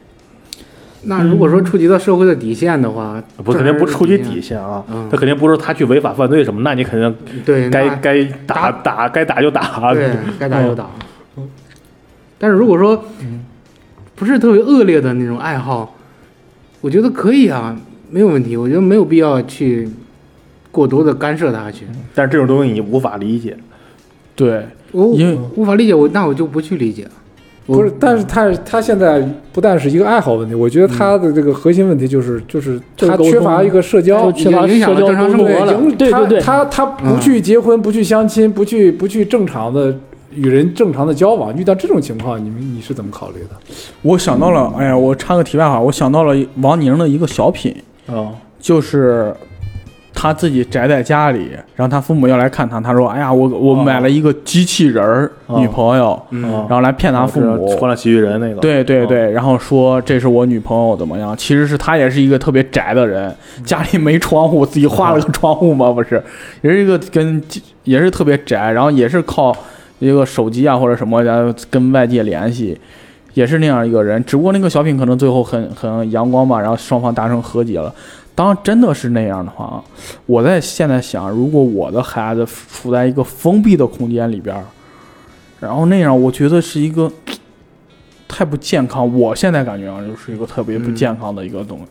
Speaker 3: 那如果说触及到社会的底线的话，
Speaker 1: 不，肯定不触及底
Speaker 3: 线，
Speaker 1: 线啊
Speaker 3: 嗯，
Speaker 1: 他肯定不是他去违法犯罪什么，那你肯定
Speaker 3: 对，那
Speaker 1: 该该打打该打啊就
Speaker 4: 啊
Speaker 1: 打，
Speaker 3: 对，该打就打。
Speaker 4: 嗯
Speaker 3: 但是如果说不是特别恶劣的那种爱好，我觉得可以啊，没有问题。我觉得没有必要去过多的干涉他去。
Speaker 4: 嗯
Speaker 1: 但是这种东西你无法理解，
Speaker 2: 对，
Speaker 3: 我
Speaker 2: 因为
Speaker 3: 无法理解，我那我就不去理解。
Speaker 4: 不是，但是他他现在不但是一个爱好问题，我觉得他的这个核心问题就是就是
Speaker 5: 就是
Speaker 4: 他
Speaker 5: 沟通
Speaker 4: 缺乏一个社交
Speaker 5: 就，缺乏
Speaker 3: 已经影响
Speaker 5: 社
Speaker 3: 了
Speaker 5: 交
Speaker 3: 正常
Speaker 5: 沟
Speaker 3: 生
Speaker 5: 通
Speaker 3: 活了
Speaker 5: 影对对对，
Speaker 4: 他他不去结婚，不去相亲，不去不去正常的与人正常的交往，遇到这种情况，你们你是怎么考虑的？
Speaker 2: 我想到了，哎呀，我插个题外话，我想到了王宁的一个小品，
Speaker 1: 啊，
Speaker 2: 就是他自己宅在家里，然后他父母要来看他，他说：“哎呀，我我
Speaker 1: 哦
Speaker 2: 买了一个机器人儿
Speaker 1: 哦
Speaker 2: 女朋友，
Speaker 1: 哦
Speaker 3: 嗯，
Speaker 2: 然后来骗他父母。
Speaker 1: 是穿了喜剧人那个，
Speaker 2: 对对
Speaker 1: 哦
Speaker 2: 对，然后说这是我女朋友怎么样？其实是他也是一个特别宅的人，
Speaker 1: 嗯
Speaker 2: 家里没窗户，自己画了个窗户嘛，不是，也是一个跟也是特别宅，然后也是靠一个手机啊或者什么然后跟外界联系，也是那样一个人。只不过那个小品可能最后很很阳光吧，然后双方达成和解了。当真的是那样的话啊，我在现在想，如果我的孩子处在一个封闭的空间里边儿，然后那样，我觉得是一个太不健康。我现在感觉啊，就是一个特别不健康的一个东西。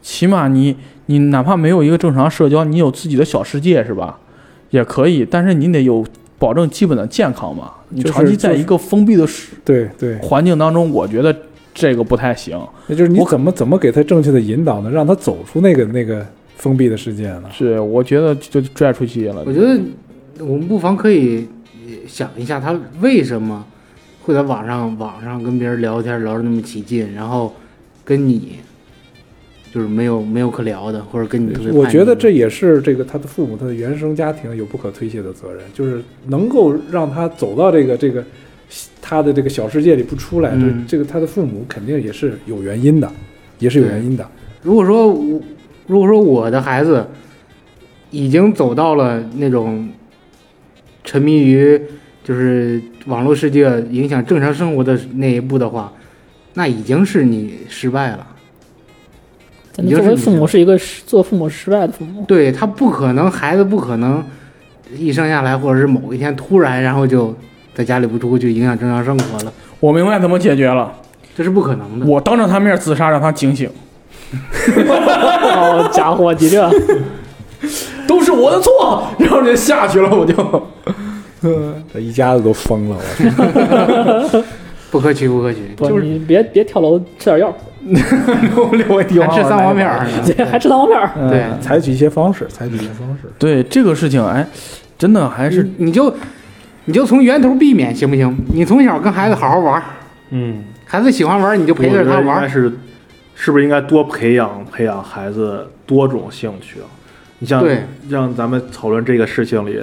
Speaker 2: 起码你你哪怕没有一个正常社交，你有自己的小世界是吧？也可以，但是你得有保证基本的健康嘛。你
Speaker 4: 就是
Speaker 2: 长期在
Speaker 4: 就是
Speaker 2: 一个封闭的世
Speaker 4: 对对，
Speaker 2: 环境当中，我觉得这个不太行。
Speaker 4: 那就是你
Speaker 2: 我
Speaker 4: 怎么怎么给他正确的引导呢，让他走出那个那个封闭的世界呢？
Speaker 2: 是，我觉得就就拽出去了。
Speaker 3: 我觉得我们不妨可以想一下，他为什么会在网上网上跟别人聊天聊得那么起劲，然后跟你就是没有没有可聊的，或者跟你特别
Speaker 4: 我
Speaker 3: 叛逆
Speaker 4: 觉得这也是这个他的父母他的原生家庭有不可推卸的责任，就是能够让他走到这个这个他的这个小世界里不出来，
Speaker 3: 嗯
Speaker 4: 这这个他的父母肯定也是有原因的，也是有原因的。
Speaker 3: 如果说我，如果说我的孩子已经走到了那种沉迷于就是网络世界影响正常生活的那一步的话，那已经是你失败了。
Speaker 5: 咱们作为父母是一个失做父母失败的父 母，
Speaker 3: 对他不可能，孩子不可能一生下来，或者是某一天突然，然后就在家里不出去，影响正常生活了，
Speaker 2: 我明白怎么解决了，
Speaker 3: 这是不可能的。
Speaker 2: 我当着他面自杀，让他警醒，
Speaker 5: 好家伙，你这
Speaker 2: 都是我的错， 然后就下去了，我就。
Speaker 4: 这一家子都疯了，我操
Speaker 3: 不可取，不可取。
Speaker 5: 不你别别跳楼，吃点药，
Speaker 2: 我
Speaker 3: 还吃三黄片儿呢，
Speaker 5: 对，还吃糖果片儿，
Speaker 3: 对
Speaker 4: 嗯采取一些方式，采取一些方式。
Speaker 2: 对这个事情，哎，真的还是
Speaker 3: 你你就你就从源头避免行不行？你从小跟孩子好好玩儿，
Speaker 1: 嗯，
Speaker 3: 孩子喜欢玩儿你就陪
Speaker 1: 我觉
Speaker 3: 着
Speaker 1: 得
Speaker 3: 他
Speaker 1: 应
Speaker 3: 玩
Speaker 1: 该
Speaker 3: 儿。
Speaker 1: 是，是不是应该多培养培养孩子多种兴趣啊？你像
Speaker 3: 对
Speaker 1: 让咱们讨论这个事情里，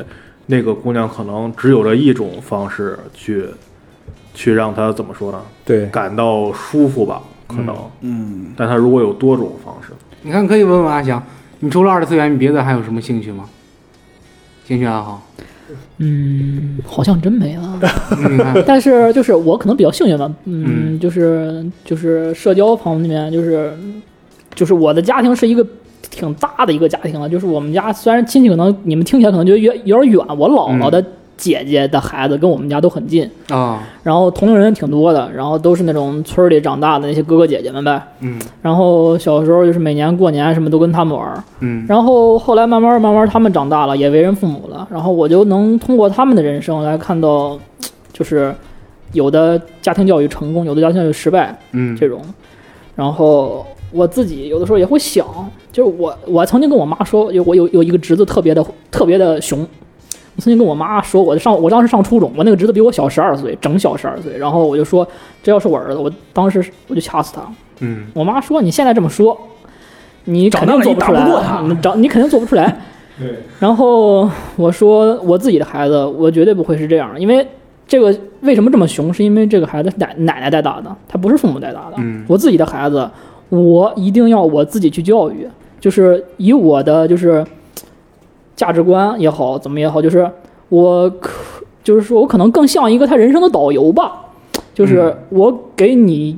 Speaker 1: 那个姑娘可能只有这一种方式去，去让她怎么说呢？
Speaker 4: 对，
Speaker 1: 感到舒服吧，可能。
Speaker 2: 嗯，
Speaker 1: 但她如果有多种方 式，
Speaker 3: 你看，可以问问阿翔，你除了二次元，你别的还有什么兴趣吗？兴趣爱好？
Speaker 5: 嗯，好像真没了。
Speaker 3: 嗯你 看，
Speaker 5: 但是就是我可能比较幸运吧，嗯，
Speaker 3: 嗯
Speaker 5: 就是就是社交方面，就是就是我的家庭是一个挺大的一个家庭了，就是我们家虽然亲戚可能你们听起来可能觉得有有点远，我姥姥的姐姐的孩子跟我们家都很近，
Speaker 3: 啊，
Speaker 5: 然后同龄人挺多的，然后都是那种村儿里长大的那些哥哥姐姐们呗，
Speaker 3: 嗯
Speaker 5: 然后小时候就是每年过年什么都跟他们玩儿，
Speaker 3: 嗯
Speaker 5: 然后后来慢慢慢慢，他们长大了，也为人父母了，然后我就能通过他们的人生来看到，就是有的家庭教育成功，有的家庭教育失败
Speaker 3: 嗯
Speaker 5: 这种。然后我自己有的时候也会想，就是我我曾经跟我妈说，有我有有一个侄子特别的特别的熊。我曾经跟我妈说，我上我当时上初中，我那个侄子比我小十二岁，整小十二岁。然后我就说，这要是我儿子，我当时我就掐死他。
Speaker 3: 嗯
Speaker 5: 我妈说你现在这么说，你肯定做不出
Speaker 2: 长大了你打
Speaker 5: 来，
Speaker 2: 不过他
Speaker 5: 你长你肯定做不 出来。
Speaker 4: 对，
Speaker 5: 然后我说我自己的孩子，我绝对不会是这样，因为这个为什么这么熊，是因为这个孩子是奶奶奶带大的，他不是父母带大的。
Speaker 3: 嗯
Speaker 5: 我自己的孩子，我一定要我自己去教育，就是以我的就是嘖价值观也好，怎么也好，就是我可就是说我可能更像一个他人生的导游吧，就是
Speaker 1: 嗯
Speaker 5: 我给你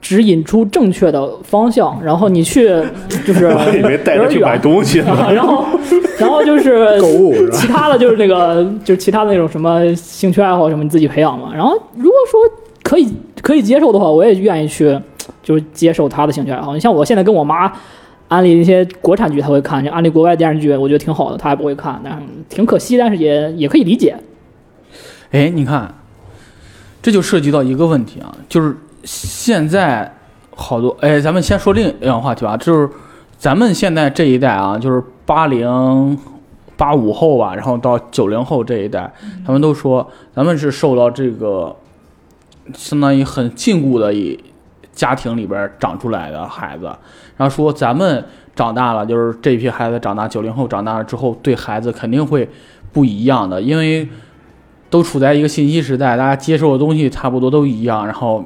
Speaker 5: 指引出正确的方向，然后你去就是
Speaker 1: 以为带她去买东 西呢。
Speaker 5: 然后，然 后就是
Speaker 4: 购物是吧
Speaker 5: 其他的就是那个，就是其他的那种什么兴趣爱好什么你自己培养嘛。然后如果说可以可以接受的话，我也愿意去就是接受他的兴趣爱好。你像我现在跟我妈安利一些国产剧，她会看；安利国外电视剧，我觉得挺好的，她还不会看，但是挺可惜，但是也也可以理解。
Speaker 2: 哎，你看，这就涉及到一个问题啊，就是现在好多哎，咱们先说另一样话题吧，就是咱们现在这一代啊，就是八零八五后吧，然后到九零后这一代，他们都说咱们是受到这个相当于很禁锢的一家庭里边长出来的孩子，然后说咱们长大了，就是这一批孩子长大，九零后长大了之后，对孩子肯定会不一样的，因为都处在一个信息时代，大家接受的东西差不多都一样，然后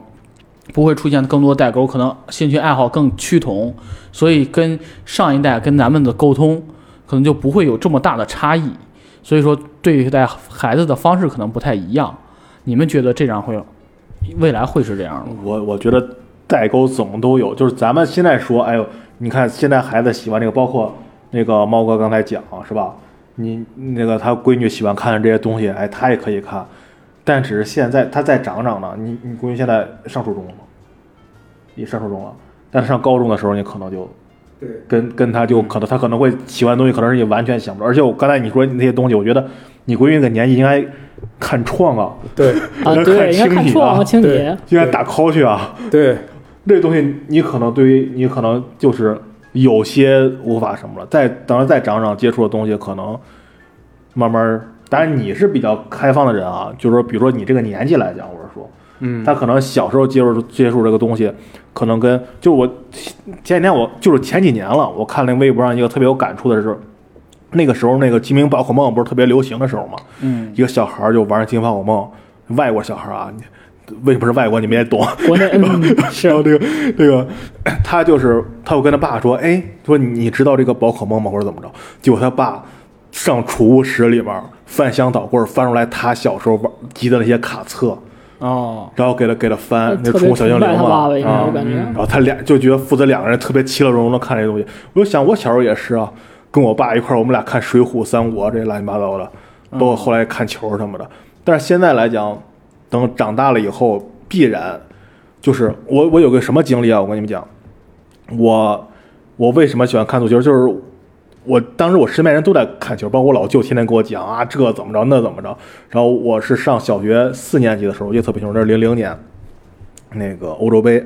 Speaker 2: 不会出现更多代沟，可能兴趣爱好更趋同，所以跟上一代跟咱们的沟通可能就不会有这么大的差异，所以说对待孩子的方式可能不太一样。你们觉得这样会未来会是这样吗？
Speaker 1: 我我觉得代沟总都有，就是咱们现在说，哎呦，你看现在孩子喜欢这个，包括那个猫哥刚才讲是吧？你那个他闺女喜欢看的这些东西，哎，他也可以看，但只是现在他再长长呢，你你闺女现在上初中了吗？也上初中了，但是上高中的时候，你可能就
Speaker 4: 对，
Speaker 1: 跟跟他就可能他可能会喜欢的东西，可能是你完全想不着。而且我刚才你说那些东西，我觉得你闺女那个年纪应该看创啊，
Speaker 4: 对
Speaker 5: 啊，
Speaker 1: 应该
Speaker 5: 对，应该
Speaker 1: 看
Speaker 5: 看
Speaker 1: 清
Speaker 5: 错
Speaker 1: 啊
Speaker 5: 啊，，清
Speaker 4: 对
Speaker 5: 洁，
Speaker 1: 应该打 call 去啊。
Speaker 4: 对，
Speaker 1: 这东西你可能对于你可能就是有些无法什么了。再等到再长长接触的东西，可能慢慢儿，当然你是比较开放的人啊，就是说，比如说你这个年纪来讲，我是说，
Speaker 3: 嗯，
Speaker 1: 他可能小时候接触接触这个东西，可能跟就我前几天我就是前几年了，我看那微博上一个特别有感触的是，那个时候那个精灵宝可梦不是特别流行的时候嘛，
Speaker 2: 嗯，
Speaker 1: 一个小孩儿就玩精灵宝可梦，外国小孩儿啊，你为什么是外国你们也懂，
Speaker 5: 国内嗯
Speaker 1: 然后这个这个，他就是他就跟他爸说，哎，说你知道这个宝可梦吗，或者怎么着？结果他爸上储物室里边儿翻箱倒柜儿，翻出来他小时候玩集的那些卡册，
Speaker 2: 哦，
Speaker 1: 然后给他给他翻 那
Speaker 5: 哎特
Speaker 1: 宠
Speaker 5: 别
Speaker 1: 物小精
Speaker 5: 崇拜
Speaker 1: 灵
Speaker 5: 他爸
Speaker 1: 嘛
Speaker 5: 爸，应该
Speaker 1: 啊
Speaker 5: 我，感觉
Speaker 1: 然后他俩就觉得父子两个人特别其乐融融的看这些东西。我就想，我小时候也是啊，跟我爸一块儿，我们俩看《水浒》《三国》这些乱七八糟的，包括后来看球什么的。但是现在来讲，等长大了以后，必然就是我我有个什么经历啊？我跟你们讲，我我为什么喜欢看足球？就是我当时我身边人都在看球，包括我老舅天天给我讲啊，这怎么着那怎么着。然后我是上小学四年级的时候，我记得特别清楚，这是零零年那个欧洲杯。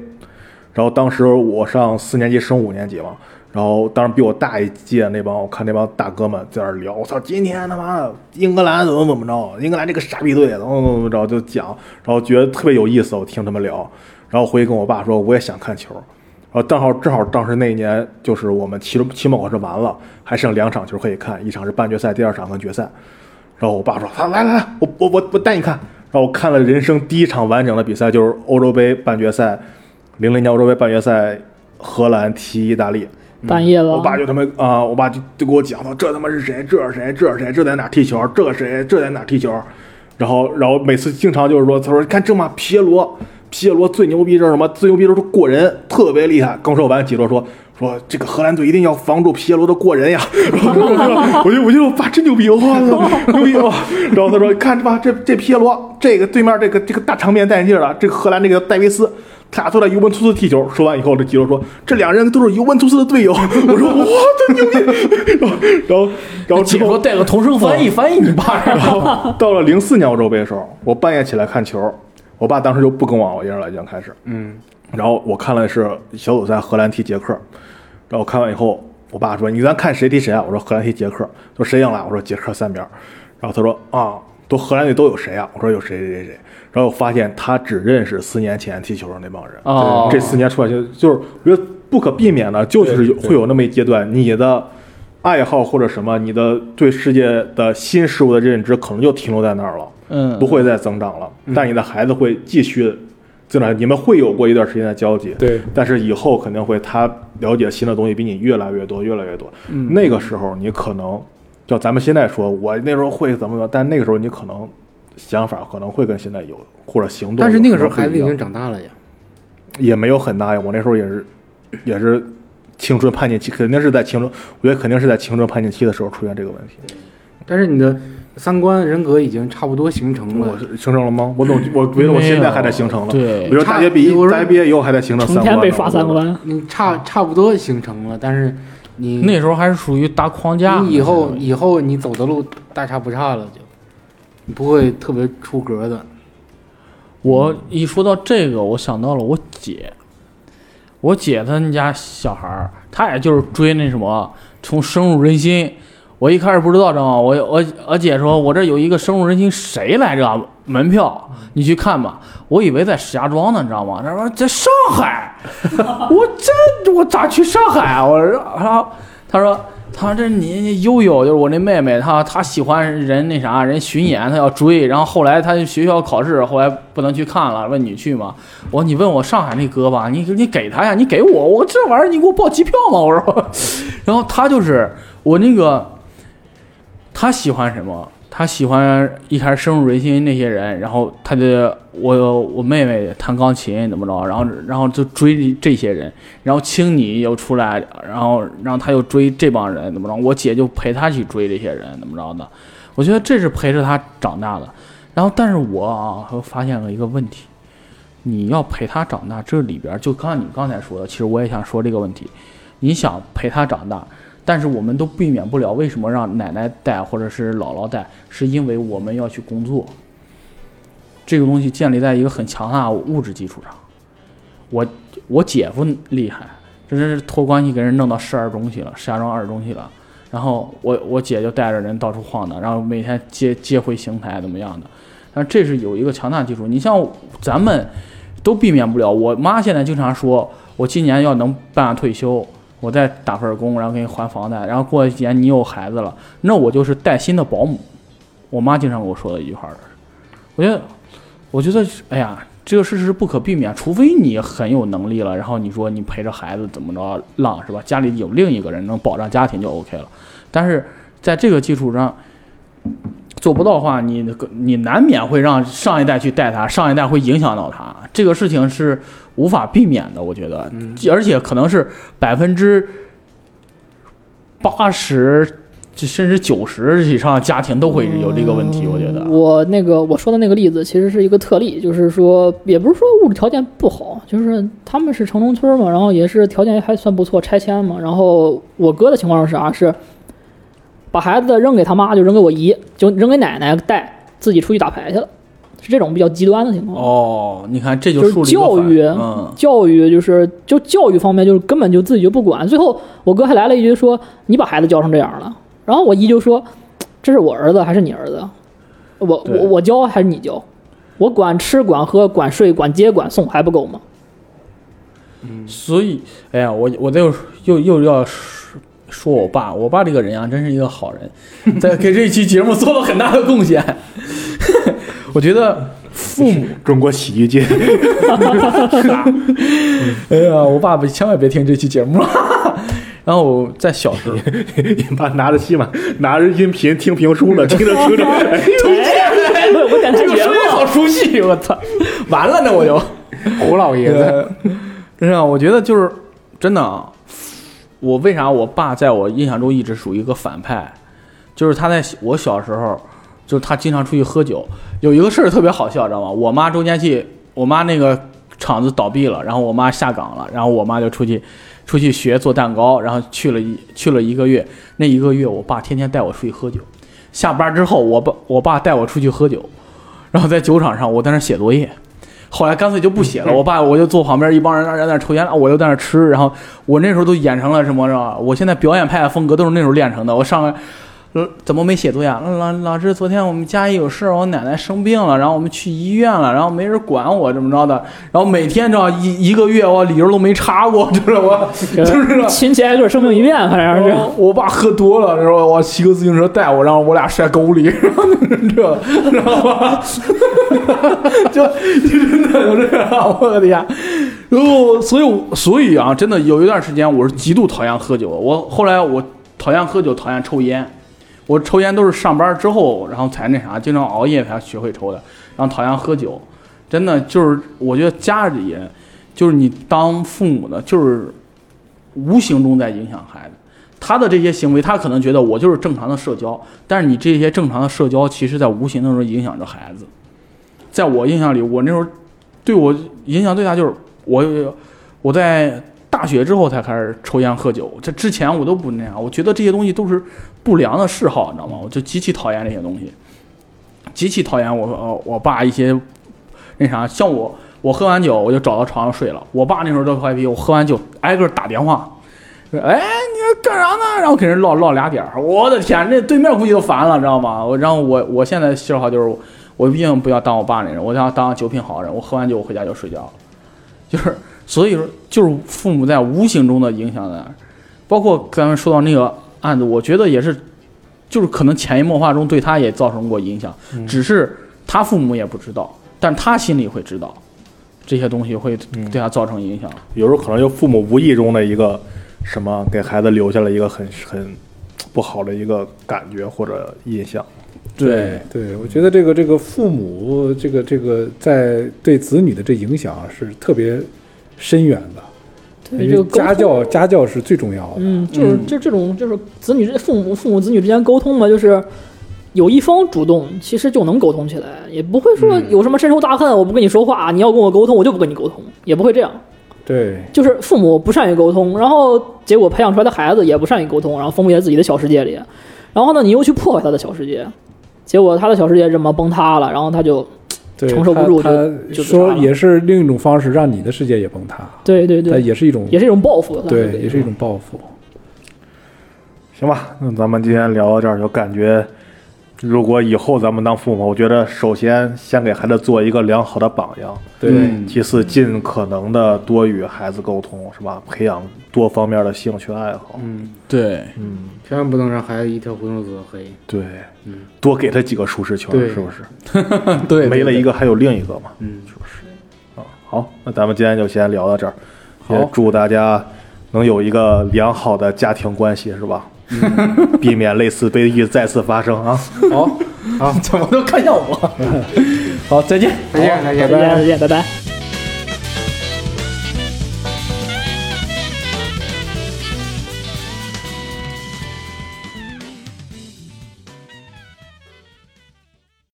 Speaker 1: 然后当时我上四年级升五年级嘛，然后当时比我大一届那帮，我看那帮大哥们在那儿聊，我操，今天他妈的英格兰怎么怎么着，英格兰这个傻逼队怎么怎么着就讲，然后觉得特别有意思，我听他们聊，然后回去跟我爸说我也想看球，然后正好正好当时那一年就是我们期中期末考试完了，还剩两场球可以看，一场是半决赛，第二场跟决赛，然后我爸说：“啊，来来来，我我我我带你看。”然后我看了人生第一场完整的比赛，就是欧洲杯半决赛，零零年欧洲杯半决赛，荷兰踢意大利。
Speaker 5: 半夜
Speaker 1: 我
Speaker 5: 了，
Speaker 1: 爸就他妈啊、我爸就就给我讲，说这他妈是谁？这是谁？这是谁？这在哪踢球？这谁？这在哪踢球？然后，然后每次经常就是说，他说看这嘛，皮耶罗，皮耶罗最牛逼就是什么？最牛逼就是过人，特别厉害。刚说完，几罗说说这个荷兰队一定要防住皮耶罗的过人呀。然后我就我就我爸真牛逼，哇，牛逼哇！然后他说看这吧，这这皮耶罗，这个对面这个这个大长面戴眼镜的，这个荷兰这个戴维斯。他俩都在尤文图斯踢球。说完以后，这吉罗说：“这两人都是尤文图斯的队友。”我说：“哇，真牛逼！”然后，然后，
Speaker 2: 解
Speaker 1: 然后
Speaker 2: 说带个同声翻译翻译你爸，然后
Speaker 1: 到了零四年欧洲杯的时候，我半夜起来看球，我爸当时就不跟我一人来讲开始，嗯，然后我看了是小组赛荷兰踢捷克，然后看完以后，我爸说你咱看谁踢谁啊？我说荷兰踢捷克，他说谁赢了？我说捷克三边儿，然后他说啊，都荷兰队都有谁啊？我说有谁谁谁谁，然后我发现他只认识四年前踢球的那帮人，
Speaker 2: 哦
Speaker 1: 这四年出来就就是我觉得不可避免的，就是有
Speaker 4: 对对
Speaker 1: 会有那么一阶段，你的。爱好或者什么，你的对世界的新事物的认知可能就停留在那儿了，
Speaker 2: 嗯
Speaker 1: 不会再增长了。
Speaker 3: 嗯
Speaker 1: 但你的孩子会继续增长，你们会有过一段时间的交集，
Speaker 4: 对
Speaker 1: 但是以后肯定会他了解新的东西比你越来越多，越来越多。
Speaker 3: 嗯
Speaker 2: 嗯
Speaker 1: 那个时候你可能，就咱们现在说，我那时候会怎么怎么，但那个时候你可能想法可能会跟现在有或者行动有
Speaker 3: 但
Speaker 1: 可
Speaker 3: 是
Speaker 1: 能不一样，
Speaker 3: 那个时候孩子已经长大了呀，
Speaker 1: 也没有很大呀。我那时候也是，也是青春叛逆期，肯定是在青春，我觉得肯定是在青春叛逆期的时候出现这个问题。
Speaker 3: 但是你的三观人格已经差不多形
Speaker 5: 嗯
Speaker 3: 成
Speaker 1: 我
Speaker 3: 了，
Speaker 1: 是形成了吗？我总我觉得我现在还在形成了。
Speaker 2: 对
Speaker 1: 我觉得大学毕
Speaker 3: 差我
Speaker 1: 业，
Speaker 3: 是
Speaker 1: 大学毕业以后还在形成三
Speaker 5: 成
Speaker 1: 观呢。
Speaker 5: 天被刷三
Speaker 1: 我觉得。
Speaker 5: 观，
Speaker 3: 你差差不多形成了，但是你
Speaker 2: 那时候还是属于大框架呢。
Speaker 3: 你以后
Speaker 2: 相当于
Speaker 3: 以后你走的路大差不差了就，你不会特别出格的。
Speaker 2: 我一说到这个，我想到了我姐，我姐她们家小孩儿，她也就是追那什么，从深入人心。我一开始不知道，知道吗？我我我姐说，我这有一个深入人心谁来着啊？门票你去看吧。我以为在石家庄呢，你知道吗？她说在上 海，我这我咋去上海啊？我说她她说她说这你你悠悠就是我那妹妹，她她喜欢人那啥人巡演，她要追，然后后来她学校考试，后来不能去看了，问你去吗？我说你问我上海那歌吧，你你给她呀，你给我，我这玩意儿你给我报机票吗？我说，然后她就是我那个。他喜欢什么？他喜欢一开始深入人心那些人，然后他就我我妹妹弹钢琴怎么着，然后然后就追这些人，然后青你又出来，然后然后他又追这帮人怎么着，我姐就陪他去追这些人怎么着的，我觉得这是陪着他长大的。然后但是我啊，我发现了一个问题，你要陪他长大，这里边就刚才你刚才说的，其实我也想说这个问题，你想陪他长大，但是我们都避免不了，为什么让奶奶带或者是姥姥带？是因为我们要去工作。这个东西建立在一个很强大的物质基础上。我我姐夫厉害，真是托关系给人弄到市二中去了，石家庄二中去了。然后我我姐就带着人到处晃荡，然后每天接接回邢台怎么样的。但这是有一个强大基础。你像咱们都避免不了。我妈现在经常说，我今年要能办退休，我再打份工，然后给你还房贷，然后过几年你有孩子了，那我就是带薪的保姆。我妈经常跟我说的一句话儿，我觉得，我觉得，哎呀，这个事实是不可避免，除非你很有能力了，然后你说你陪着孩子怎么着浪是吧？家里有另一个人能保障家庭就 OK 了，但是在这个基础上。做不到的话，你你难免会让上一代去带他，上一代会影响到他，这个事情是无法避免的，我觉得。
Speaker 3: 嗯，
Speaker 2: 而且可能是百分之八十甚至九十以上家庭都会有这个问题，我觉得。啊
Speaker 5: 嗯我那个我说的那个例子其实是一个特例，就是说也不是说物质条件不好，就是他们是城中村嘛，然后也是条件还算不错，拆迁嘛。然后我哥的情况是啥、是把孩子扔给他妈，就扔给我姨，就扔给奶奶带，自己出去打牌去了，是这种比较极端的情况。
Speaker 2: 哦，你看这就
Speaker 5: 就是
Speaker 2: 树立一个
Speaker 5: 教
Speaker 2: 反
Speaker 5: 育
Speaker 2: 嗯，
Speaker 5: 教育就是就教育方面，就是根本就自己就不管。最后我哥还来了一句说：“你把孩子教成这样了。”然后我姨就说：“这是我儿子还是你儿子？我
Speaker 2: 对
Speaker 5: 我我教还是你教？我管吃管喝管睡管接管送还不够吗？
Speaker 2: 所以，哎呀，我我又又又要说说我爸，我爸这个人啊，真是一个好人， 在给这一期节目做了很大的贡献。 我觉得父母，
Speaker 1: 中国喜剧界
Speaker 2: 哎呀，我爸别千万别听这期节目。 然后我在小时候，
Speaker 1: 你爸拿着吸管，拿着音频听评书呢，听着听着， 哎
Speaker 5: 不 是我电台
Speaker 2: 这个
Speaker 5: 节
Speaker 2: 声
Speaker 5: 目
Speaker 2: 音好熟悉，我操！完了，那我就。
Speaker 3: 胡老爷子，
Speaker 2: 呃， 真是啊，我觉得就是真的啊。我为啥我爸在我印象中一直属于一个反派，就是他在我小时候，就是他经常出去喝酒。有一个事儿特别好笑，知道吗？我妈周年庆，我妈那个厂子倒闭了，然后我妈下岗了，然后我妈就出去出去学做蛋糕，然后去了一去了一个月。那一个月，我爸天天带我出去喝酒。下班之后，我爸我爸带我出去喝酒，然后在酒场上我在那儿写作业。后来干脆就不写了，我爸我就坐旁边，一帮人在那儿抽烟，我就在那儿吃。然后我那时候都演成了什么是吧？我现在表演派的风格都是那时候练成的。我上来，呃，怎么没写作业啊？老老师，昨天我们家里有事儿，我奶奶生病了，然后我们去医院了，然后没人管我，怎么着的？然后每天这样一一个月，我理由都没查过，就是我， 就是这种
Speaker 5: 亲戚挨个生病一遍，反正是。
Speaker 2: 我我爸喝多了，然后我骑个自行车带我，然后我俩摔沟里，然后就是这，知道吧？ 就真的就这样，我的天！然后所以我所以啊，真的有一段时间我是极度讨厌喝酒的，我后来我讨厌喝酒，讨厌抽烟。我抽烟都是上班之后，然后才那啥，经常熬夜才学会抽的。然后讨厌喝酒，真的就是我觉得家里，就是你当父母的，就是无形中在影响孩子。他的这些行为，他可能觉得我就是正常的社交，但是你这些正常的社交，其实在无形当中影响着孩子。在我印象里，我那时候对我影响最大就是我，我在大学之后才开始抽烟喝酒，这之前我都不那样，我觉得这些东西都是不良的嗜好，你知道吗？我就极其讨厌这些东西，极其讨厌我呃我爸一些那啥，像我，我喝完酒我就找到床上睡了。我爸那时候特坏皮，我喝完酒挨个打电话，说：“哎，你干啥呢？”然后给人唠唠俩点儿。我的天，那对面估计都烦了，知道吗？我然后我我现在信号就是，我毕竟不要当我爸那人，我要当酒品好人。我喝完酒我回家就睡觉了，就是所以说就是父母在无形中的影响在那儿，包括咱们说到那个案子，我觉得也是，就是可能潜移默化中对他也造成过影响，只是他父母也不知道，但他心里会知道，这些东西会对他造成影响。
Speaker 1: 有时候可能就父母无意中的一个什么，给孩子留下了一个很很不好的一个感觉或者印象。
Speaker 2: 对，
Speaker 4: 对，我觉得这个这个父母这个这个在对子女的这影响是特别深远的，
Speaker 5: 对
Speaker 4: 因
Speaker 5: 这个
Speaker 4: 为
Speaker 5: 沟
Speaker 4: 家
Speaker 5: 通
Speaker 4: 教家教是最重要的。
Speaker 5: 嗯，就是
Speaker 2: 嗯
Speaker 5: 就这种就是子女之父母父母子女之间沟通嘛，就是有一方主动，其实就能沟通起来，也不会
Speaker 4: 嗯
Speaker 5: 说有什么深仇大恨，我不跟你说话，你要跟我沟通，我就不跟你沟通，也不会这样。
Speaker 4: 对，
Speaker 5: 就是父母不善于沟通，然后结果培养出来的孩子也不善于沟通，然后封闭在自己的小世界里，然后呢，你又去破坏他的小世界，结果他的小世界这么崩塌了，然后他就
Speaker 4: 对
Speaker 5: 承受不住
Speaker 4: 他
Speaker 5: 就
Speaker 4: 他
Speaker 5: 就自
Speaker 4: 说
Speaker 5: 杀了
Speaker 4: 也是另一种方式，让你的世界也崩塌，
Speaker 5: 对对
Speaker 4: 它
Speaker 5: 对，
Speaker 4: 也是一种
Speaker 5: 也是一种报复，算
Speaker 4: 对，也是一种报复。
Speaker 1: 行吧，那咱们今天聊到这儿，就感觉如果以后咱们当父母，我觉得首先先给孩子做一个良好的榜样，
Speaker 4: 对，
Speaker 2: 嗯
Speaker 1: 其次尽可能的多与孩子沟通，是吧？培养多方面的兴趣爱好。
Speaker 3: 嗯，
Speaker 2: 对，
Speaker 1: 嗯，
Speaker 3: 千万不能让孩子一条胡同走到黑。
Speaker 1: 对
Speaker 3: 嗯，
Speaker 1: 多给他几个舒适圈，
Speaker 3: 对
Speaker 1: 是不是？
Speaker 2: 对，
Speaker 1: 没了一个
Speaker 2: 个，
Speaker 1: 还有另一个嘛。
Speaker 3: 嗯，
Speaker 1: 啊，好，那咱们今天就先聊到这儿，也
Speaker 4: 好
Speaker 1: 祝大家能有一个良好的家庭关系，是吧？ 避免类似悲剧再次发生啊！
Speaker 4: 好，
Speaker 2: 怎么都看向我。好，再见。
Speaker 3: 再见，再见，
Speaker 5: 再见再见，拜拜。